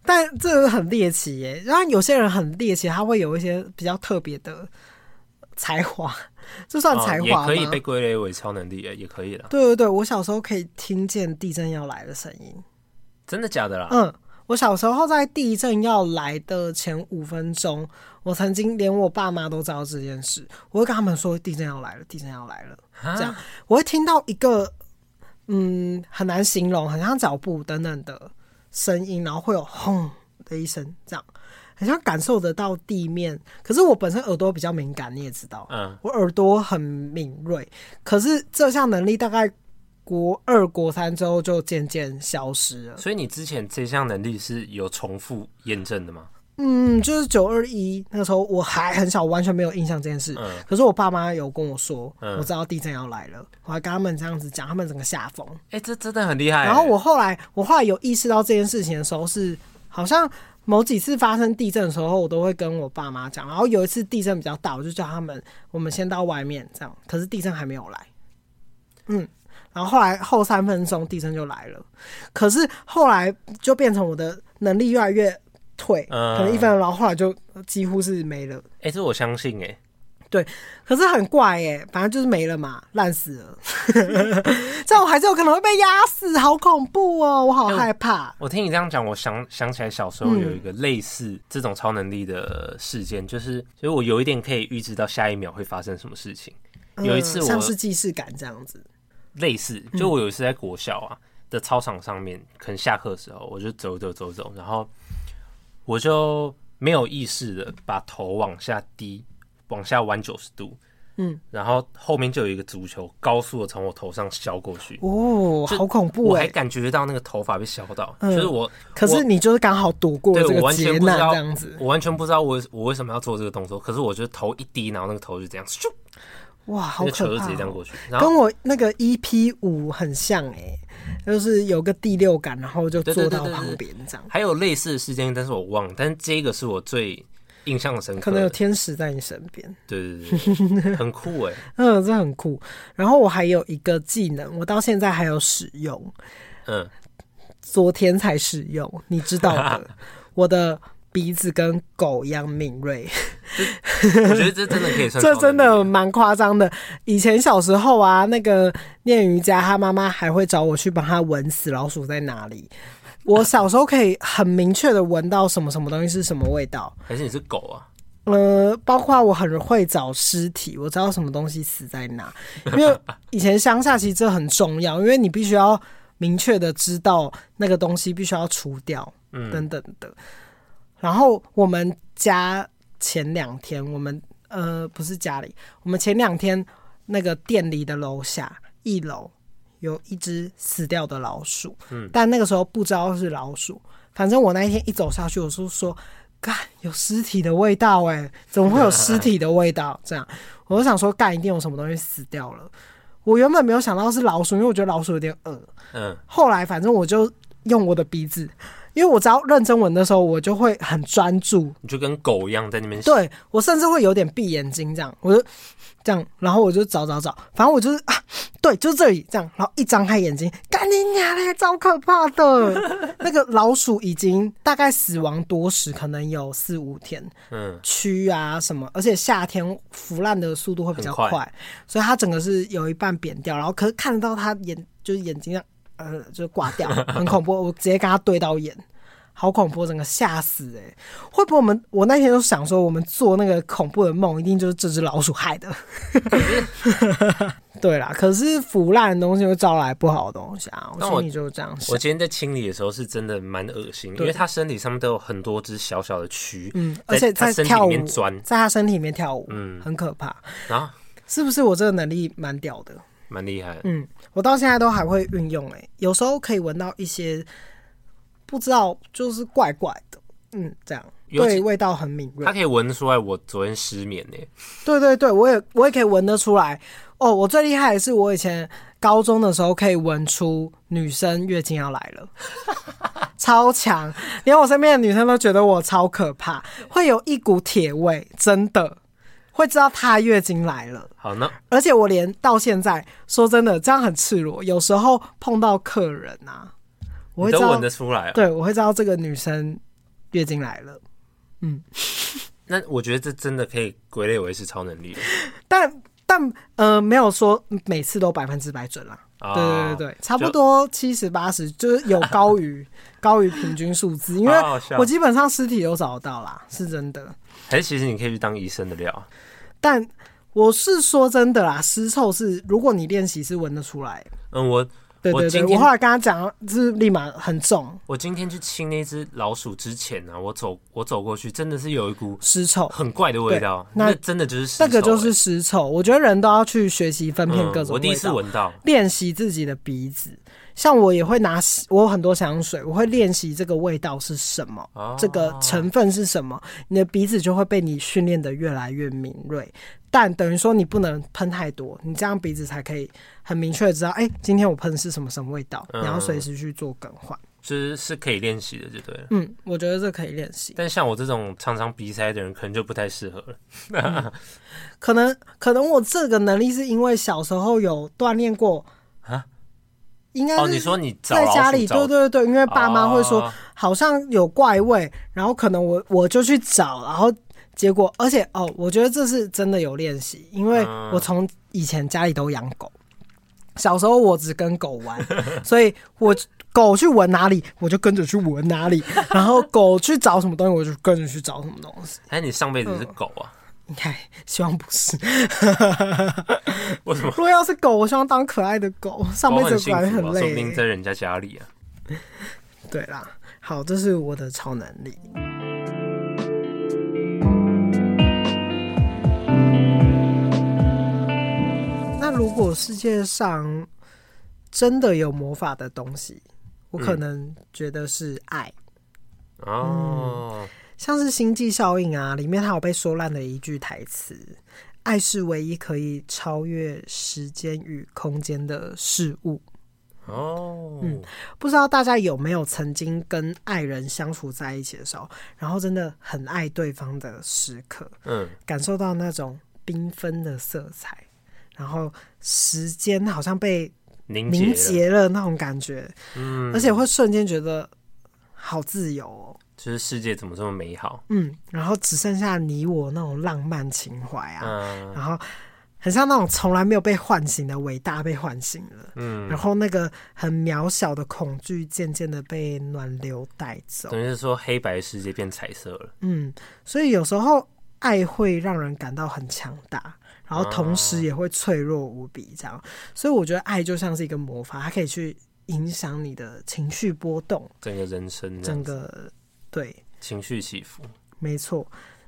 Speaker 1: 但这个很猎奇耶。然后有些人很猎奇，他会有一些比较特别的才华，这算才
Speaker 2: 哦
Speaker 1: 华
Speaker 2: 也
Speaker 1: 吗？
Speaker 2: 可以被归类为超能力，哎也可以啦。
Speaker 1: 对对对，我小时候可以听见地震要来的声音，
Speaker 2: 真的假的啦？
Speaker 1: 嗯，我小时候在地震要来的前五分钟，我曾经连我爸妈都知道这件事，我会跟他们说地震要来了，地震要来了，
Speaker 2: 啊
Speaker 1: 哦这样我会听到一个嗯很难形容，很像脚步等等的声音，然后会有轰的一声，这样很像感受得到地面。可是我本身耳朵比较敏感，你也知道，
Speaker 2: 嗯，
Speaker 1: 我耳朵很敏锐，可是这项能力大概国二、国三之后就渐渐消失了。
Speaker 2: 所以你之前这项能力是有重复验证的吗？
Speaker 1: 嗯，就是九二一那个时候我还很小，完全没有印象这件事。
Speaker 2: 嗯
Speaker 1: 可是我爸妈有跟我说，
Speaker 2: 嗯
Speaker 1: 我知道地震要来了，我还跟他们这样子讲，他们整个吓疯。
Speaker 2: 哎、这真的很厉害欸、
Speaker 1: 然后我后来，我后来有意识到这件事情的时候是，好像某几次发生地震的时候，我都会跟我爸妈讲。然后有一次地震比较大，我就叫他们我们先到外面这样，可是地震还没有来。嗯，然后后来后三分钟地震就来了，可是后来就变成我的能力越来越退，
Speaker 2: 嗯
Speaker 1: 可能一分钟，然后后来就几乎是没了。
Speaker 2: 哎、这我相信哎、
Speaker 1: 可是很怪耶、反正就是没了嘛，烂死 了。这样我还是有可能会被压死，好恐怖哦，我好
Speaker 2: 哎我
Speaker 1: 害怕。
Speaker 2: 我听你这样讲，我想想起来小时候有一个
Speaker 1: 嗯
Speaker 2: 类似这种超能力的事件，就是就是我有一点可以预知到下一秒会发生什么事情。有一次
Speaker 1: 嗯
Speaker 2: 我
Speaker 1: 像是既视感这样子，
Speaker 2: 类似，
Speaker 1: 嗯
Speaker 2: 就我有一次在国小啊的操场上面，可能下课的时候，我就走走走走，然后我就没有意识的把头往下低，往下弯九十度，
Speaker 1: 嗯，
Speaker 2: 然后后面就有一个足球高速的从我头上削过去，
Speaker 1: 哦，
Speaker 2: 就
Speaker 1: 好恐怖
Speaker 2: 我还
Speaker 1: 哎！
Speaker 2: 感觉到那个头发被削到，
Speaker 1: 嗯
Speaker 2: 就是我，
Speaker 1: 可
Speaker 2: 我
Speaker 1: 是你就是刚好躲过
Speaker 2: 对
Speaker 1: 这
Speaker 2: 我
Speaker 1: 个
Speaker 2: 完
Speaker 1: 劫
Speaker 2: 全不知
Speaker 1: 难
Speaker 2: 道
Speaker 1: 这样子，，
Speaker 2: 我完全不知道我我为什么要做这个动作，可是我就头一低，然后那个头就这样咻，
Speaker 1: 哇，
Speaker 2: 那
Speaker 1: 好
Speaker 2: 个球
Speaker 1: 可
Speaker 2: 就
Speaker 1: 怕
Speaker 2: 直接这样
Speaker 1: 哦！
Speaker 2: 过去，然后
Speaker 1: 跟我那个 EP 五很像哎，就是有个第六感，然后就
Speaker 2: 对
Speaker 1: 坐
Speaker 2: 对
Speaker 1: 到
Speaker 2: 对对
Speaker 1: 旁
Speaker 2: 对
Speaker 1: 边这样，
Speaker 2: 还有类似的事件，但是我忘了。但是这个是我最印象深
Speaker 1: 可
Speaker 2: 刻的，
Speaker 1: 能有天使在你身边，
Speaker 2: 对对对对，很酷哎、
Speaker 1: 嗯，这很酷。然后我还有一个技能，我到现在还有使用，
Speaker 2: 嗯，
Speaker 1: 昨天才使用，你知道的，我的鼻子跟狗一样敏锐。
Speaker 2: 我觉得这真的可以 算超能
Speaker 1: 这
Speaker 2: 力，
Speaker 1: 真的哦蛮夸张的。以前小时候啊，那个念瑜伽，他妈妈还会找我去帮他闻死老鼠在哪里。我小时候可以很明确的闻到什么什么东西是什么味道，
Speaker 2: 还是你是狗啊？
Speaker 1: 呃，包括我很会找尸体，我知道什么东西死在哪，因为以前乡下其实这很重要，因为你必须要明确的知道那个东西必须要除掉，等等的。然后我们家前两天，我们呃不是家里，我们前两天那个店里的楼下一楼有一只死掉的老鼠，但那个时候不知道是老鼠，反正我那一天一走下去，我就说。干有尸体的味道哎、怎么会有尸体的味道？ 这样，我就想说干一定有什么东西死掉了。我原本没有想到是老鼠，因为我觉得老鼠有点恶。
Speaker 2: 嗯，
Speaker 1: 后来反正我就用我的鼻子因为我只要认真闻的时候，我就会很专注，
Speaker 2: 你就跟狗一样在那边，
Speaker 1: 对我甚至会有点闭眼睛这样，我就这样，然后我就找找找，反正我就是啊，对，就这里这样，然后一张开眼睛，干你娘嘞，超可怕 的！那个老鼠已经大概死亡多时，可能有四五天，
Speaker 2: 嗯，
Speaker 1: 蛆啊什么，而且夏天腐烂的速度会比较快，
Speaker 2: 很快
Speaker 1: 所以它整个是有一半扁掉，然后可是看得到它眼就是眼睛这样，呃，就挂 掉，很恐怖，我直接跟它对到眼。好恐怖，整个吓死哎、欸！会不会我们我那天就想说，我们做那个恐怖的梦，一定就是这只老鼠害的。 对啦，可是腐烂的东西会招来不好的东西啊，我
Speaker 2: 但我
Speaker 1: 心里就是这样想
Speaker 2: 我。今天在清理的时候是真的蛮恶心，因
Speaker 1: 对
Speaker 2: 为它身体上面都有很多只小小的蛆，
Speaker 1: 嗯，
Speaker 2: 在
Speaker 1: 而且
Speaker 2: 它
Speaker 1: 在
Speaker 2: 身体
Speaker 1: 跳
Speaker 2: 里
Speaker 1: 舞
Speaker 2: 面钻，
Speaker 1: 在它身体里面跳舞，
Speaker 2: 嗯
Speaker 1: 很可怕。
Speaker 2: 然后
Speaker 1: 是不是我这个能力蛮屌的？
Speaker 2: 蛮厉害的。
Speaker 1: 嗯，我到现在都还会运用哎、有时候可以闻到一些不知道就是怪怪的，嗯，这样
Speaker 2: 尤其
Speaker 1: 对味道很敏锐
Speaker 2: 它。可以闻出来我昨天失眠欸呢、
Speaker 1: 对对对，我也我也可以闻得出来。哦，我最厉害的是我以前高中的时候可以闻出女生月经要来 了，超强，连我身边的女生都觉得我超可怕，会有一股铁味，真的会知道她月经来了。
Speaker 2: 好，那
Speaker 1: 而且我连到现在，说真的，这样很赤裸。有时候碰到客人啊，我会
Speaker 2: 你
Speaker 1: 知
Speaker 2: 都
Speaker 1: 道
Speaker 2: 闻，得出来、啊。
Speaker 1: 对我会知道这个女生月经来了。
Speaker 2: 那我觉得这真的可以归类为是超能力了。
Speaker 1: 但但呃，没有说每次都百分之百准啦。
Speaker 2: 啊
Speaker 1: 对对对对，差不多七十八十，就是有高于高于平均数字，因为
Speaker 2: 好好笑
Speaker 1: 我基本上尸体都找得到啦，是真的。
Speaker 2: 还是其实你可以去当医生的料，啊
Speaker 1: 但我是说真的啦，尸臭是如果你练习是闻得出来。
Speaker 2: 嗯，我
Speaker 1: 对
Speaker 2: 我
Speaker 1: 对对，
Speaker 2: 今
Speaker 1: 我
Speaker 2: 天
Speaker 1: 后来跟他讲，就是立马很重
Speaker 2: 我今天去清那只老鼠之前呢、啊，我走我走过去，真的是有一股
Speaker 1: 尸臭。
Speaker 2: 很怪的味道，
Speaker 1: 对那
Speaker 2: 那真的就是尸
Speaker 1: 这个就
Speaker 2: 臭欸
Speaker 1: 是尸臭。我觉得人都要去学习分辨各
Speaker 2: 嗯，
Speaker 1: 种
Speaker 2: 我第一
Speaker 1: 味
Speaker 2: 次
Speaker 1: 道，
Speaker 2: 闻到，
Speaker 1: 练习自己的鼻子。像我也会拿，我有很多香水，我会练习这个味道是什么，
Speaker 2: 哦
Speaker 1: 这个成分是什么，你的鼻子就会被你训练的越来越敏锐。但等于说你不能喷太多，你这样鼻子才可以很明确的知道，哎、今天我喷的是什么什么味道，
Speaker 2: 嗯
Speaker 1: 然后随时去做更换。
Speaker 2: 就是是可以练习的，就对了。
Speaker 1: 嗯，我觉得这可以练习。
Speaker 2: 但像我这种常常鼻塞的人，可能就不太适合了。
Speaker 1: 嗯可能可能我这个能力是因为小时候有锻炼过
Speaker 2: 啊，
Speaker 1: 应该
Speaker 2: 哦，
Speaker 1: 是
Speaker 2: 你说你找
Speaker 1: 在
Speaker 2: 老
Speaker 1: 家
Speaker 2: 鼠
Speaker 1: 里，
Speaker 2: 找
Speaker 1: 对对对，因为爸妈会说、
Speaker 2: 哦
Speaker 1: 好像有怪味，然后可能我我就去找，然后结果而且哦，我觉得这是真的有练习，因为
Speaker 2: 嗯
Speaker 1: 我从以前家里都养狗，小时候我只跟狗 玩，所以我狗去闻哪里，我就跟着去闻哪里，然后狗去找什么东西，我就跟着去找什么东西。
Speaker 2: 哎，你上辈子是狗啊？
Speaker 1: 应该希望不是。
Speaker 2: 为什么？
Speaker 1: 如果要是狗，我希望当可爱的狗。嗯上辈
Speaker 2: 狗很
Speaker 1: 子
Speaker 2: 幸
Speaker 1: 管
Speaker 2: 福
Speaker 1: 很
Speaker 2: 啊，说不定
Speaker 1: 累、
Speaker 2: 在人家家里啊。
Speaker 1: 对啦，好，这是我的超能力。那如果世界上真的有魔法的东西，我可能觉得是爱，
Speaker 2: 哦，
Speaker 1: 像是《星际效应》啊，里面它有被说烂的一句台词：“爱是唯一可以超越时间与空间的事物。”嗯
Speaker 2: 哦，
Speaker 1: 不知道大家有没有曾经跟爱人相处在一起的时候，然后真的很爱对方的时刻，
Speaker 2: 嗯，
Speaker 1: 感受到那种缤纷的色彩，然后时间好像被
Speaker 2: 凝
Speaker 1: 凝
Speaker 2: 结了，
Speaker 1: 结了那种感觉，
Speaker 2: 嗯，
Speaker 1: 而且会瞬间觉得好自由哦，
Speaker 2: 就是世界怎么这么美好？
Speaker 1: 嗯，然后只剩下你我那种浪漫情怀啊，
Speaker 2: 嗯
Speaker 1: 然后很像那种从来没有被唤醒的伟大被唤醒了。然
Speaker 2: 嗯，
Speaker 1: 后那个很渺小的恐惧，渐渐的被暖流带走。
Speaker 2: 等于是说黑白世界变彩色了。
Speaker 1: 嗯，所以有时候爱会让人感到很强大，然后同时也会脆弱无比，这样。所以我觉得爱就像是一个魔法，它可以去影响你的情绪波动，
Speaker 2: 整个人生这
Speaker 1: 整
Speaker 2: 样子，
Speaker 1: 个对，
Speaker 2: 情绪起伏，
Speaker 1: 没错。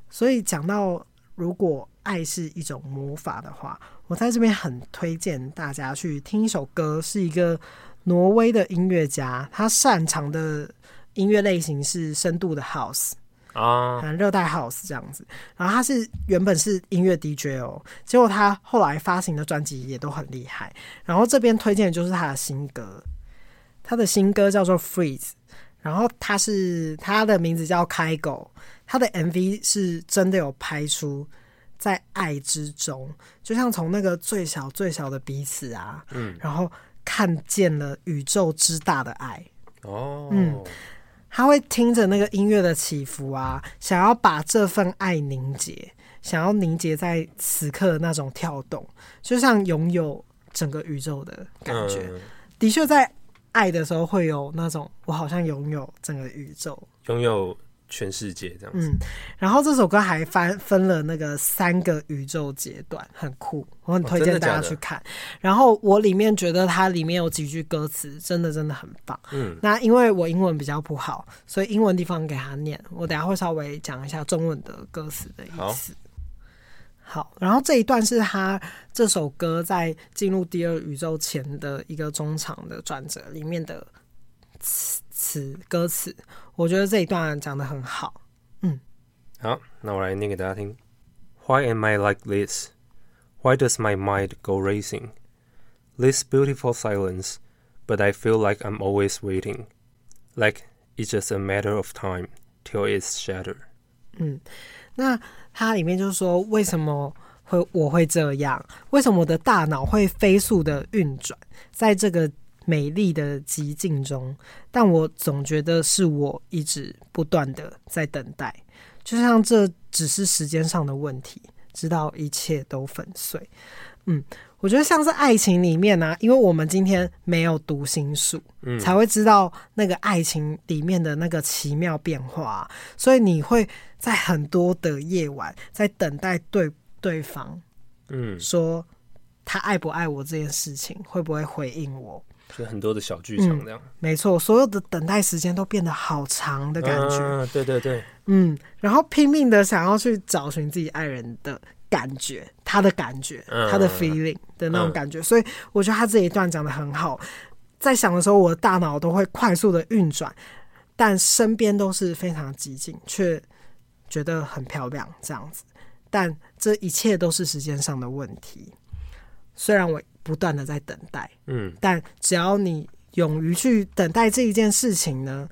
Speaker 1: 所以讲到如果爱是一种魔法的话，我在这边很推荐大家去听一首歌，是一个挪威的音乐家，他擅长的音乐类型是深度的 house。嗯
Speaker 2: 啊，
Speaker 1: 可能热带 house 这样子。然后他是原本是音乐 DJ 哦，结果他后来发行的专辑也都很厉害。然后这边推荐的就是他的新歌，他的新歌叫做《Freeze》，然后他是他的名字叫开狗，他的 MV 是真的有拍出在爱之中，就像从那个最小最小的彼此啊，
Speaker 2: 嗯，
Speaker 1: 然后看见了宇宙之大的爱。
Speaker 2: 哦，
Speaker 1: 嗯他会听着那个音乐的起伏啊，想要把这份爱凝结，想要凝结在此刻的那种跳动，就像拥有整个宇宙的感觉。
Speaker 2: 嗯
Speaker 1: 的确，在爱的时候会有那种我好像拥有整个宇宙。
Speaker 2: 拥有全世界这样子。
Speaker 1: 嗯，然后这首歌还分分了那个三个宇宙阶段，很酷，我很推荐大家去看。然后我里面觉得它里面有几句歌词真的真的很棒。
Speaker 2: 嗯，
Speaker 1: 那因为我英文比较不好，所以英文地方给他念。我等一下会稍微讲一下中文的歌词的意思。好，然后这一段是他这首歌在进入第二宇宙前的一个中场的转折里面的词词歌词，我觉得这一段讲的很好。
Speaker 2: 好，那我来念给大家听。Why am I like this? Why does my mind go racing? This beautiful silence, but I feel like I'm always waiting, like it's just a matter of time till it's shattered.
Speaker 1: 那它里面就是说，为什么会我会这样？为什么我的大脑会飞速的运转，在这个美丽的极境中？但我总觉得是我一直不断的在等待，就像这只是时间上的问题，直到一切都粉碎。嗯，我觉得像是爱情里面呢、啊，因为我们今天没有读心术，
Speaker 2: 嗯
Speaker 1: 才会知道那个爱情里面的那个奇妙变化啊、所以你会在很多的夜晚在等待对对方
Speaker 2: 嗯，
Speaker 1: 说他爱不爱我这件事情，会不会回应我？
Speaker 2: 就很多的小剧
Speaker 1: 嗯
Speaker 2: 场这样
Speaker 1: 没错，所有的等待时间都变得好长的
Speaker 2: 的
Speaker 1: 感觉，
Speaker 2: 啊、对对对，
Speaker 1: 嗯，然后拼命的想要去找寻自己爱人的感觉，他的感觉，
Speaker 2: 嗯
Speaker 1: 他的 feeling 的那种感觉，所以我觉得他这一段讲的很好。在想的时候，我的大脑都会快速的运转，但身边都是非常激进，却觉得很漂亮这样子。但这一切都是时间上的问题。虽然我不断的在等待，
Speaker 2: 嗯
Speaker 1: 但只要你勇于去等待这一件事情呢，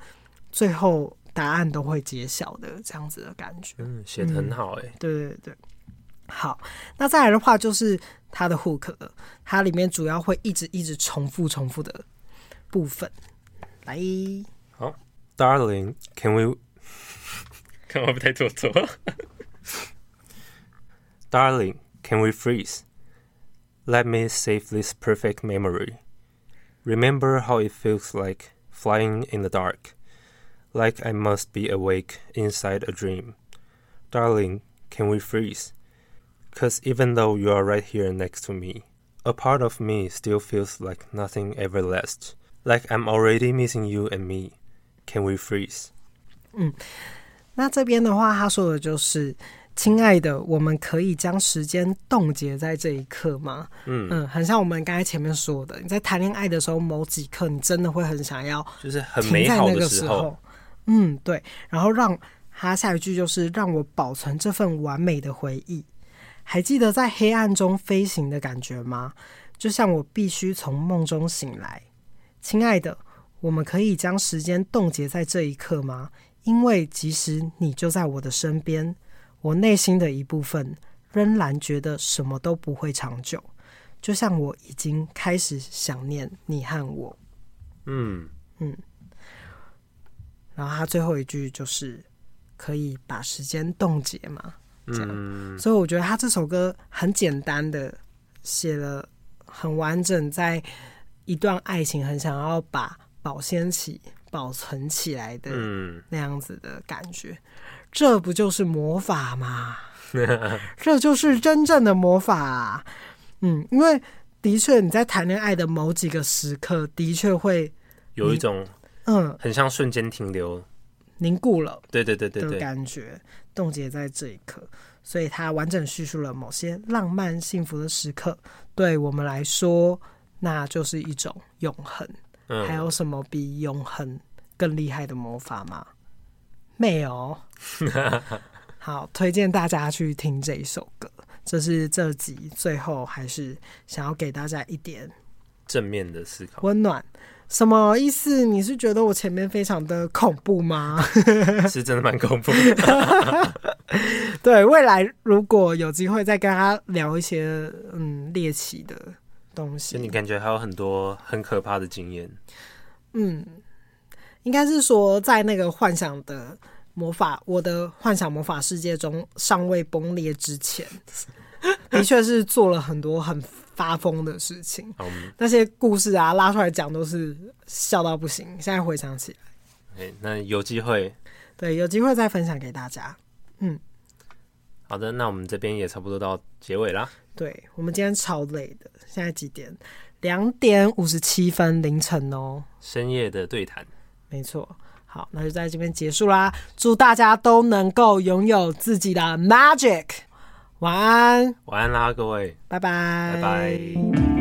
Speaker 1: 最后答案都会揭晓的，这样子的感觉。
Speaker 2: 嗯，写的很好哎、
Speaker 1: 对对对，好，那再来的话就是它的 hook，了它里面主要会一直一直重复重复的部分。来，
Speaker 2: Darling, can we? 看我不太做作。Darling, can we freeze? Let me save this perfect memory. Remember how it feels like flying in the dark, like I must be awake inside a dream. Darling, can we freeze? 'Cause even though you are right here next to me, a part of me still feels like nothing ever lasts, like I'm already missing you and me. Can we freeze?
Speaker 1: 那这边的话，他说的就是。亲爱的，我们可以将时间冻结在这一刻吗？
Speaker 2: 嗯
Speaker 1: 嗯，很像我们刚才前面说的，你在谈恋爱的时候，某几刻你真的会很想要
Speaker 2: 就是很
Speaker 1: 停
Speaker 2: 美
Speaker 1: 在
Speaker 2: 好
Speaker 1: 那
Speaker 2: 的
Speaker 1: 个
Speaker 2: 时
Speaker 1: 时
Speaker 2: 候。
Speaker 1: 候。嗯，对。然后让他下一句就是让我保存这份完美的回忆。还记得在黑暗中飞行的感觉吗？就像我必须从梦中醒来，亲爱的，我们可以将时间冻结在这一刻吗？因为即使你就在我的身边，我内心的一部分仍然觉得什么都不会长久，就像我已经开始想念你和我。
Speaker 2: 嗯，
Speaker 1: 然后他最后一句就是可以把时间冻结嘛，这样。
Speaker 2: 嗯
Speaker 1: 所以我觉得他这首歌很简单的写了很完整，在一段爱情很想要把保鲜起、保存起来的
Speaker 2: 嗯，
Speaker 1: 那样子的感觉。这不就是魔法吗？这就是真正的魔法、啊。嗯，因为的确你在谈恋爱的某几个时刻，的确会
Speaker 2: 有一种
Speaker 1: 嗯
Speaker 2: 很像瞬间停留。
Speaker 1: 凝固了。
Speaker 2: 对对对对
Speaker 1: 的
Speaker 2: 对，
Speaker 1: 感觉冻结在这一刻，所以它完整叙述了某些浪漫幸福的时刻。对我们来说，那就是一种永恒。还
Speaker 2: 嗯，
Speaker 1: 有什么比永恒更厉害的魔法吗？没 有。好，推荐大家去听这一首歌。这是这集最后还是想要给大家一点
Speaker 2: 正面的思考。
Speaker 1: 温暖，什么意思？你是觉得我前面非常的恐怖吗？
Speaker 2: 是真的蛮恐怖 的。
Speaker 1: 对，未来如果有机会再跟他聊一些嗯猎奇的东
Speaker 2: 就
Speaker 1: 西
Speaker 2: 你，感觉还有很多很可怕的经验，
Speaker 1: 嗯，应该是说在那个幻想的魔法，我的幻想魔法世界中尚未崩裂之前， 的确是做了很多很发疯的事情。
Speaker 2: 好，我们
Speaker 1: 那些故事啊，拉出来讲都是笑到不行。现在回想起来，
Speaker 2: 哎那有机会，
Speaker 1: 对，有机会再分享给大家。
Speaker 2: 好的，那我们这边也差不多到结尾啦。
Speaker 1: 对我们今天超累的，现在几点？两点五十七分凌晨哦，
Speaker 2: 深夜的对谈，
Speaker 1: 没错。好，那就在这边结束啦。祝大家都能够拥有自己的 magic。晚安，
Speaker 2: 晚安啦，各位，
Speaker 1: 拜拜，
Speaker 2: 拜拜。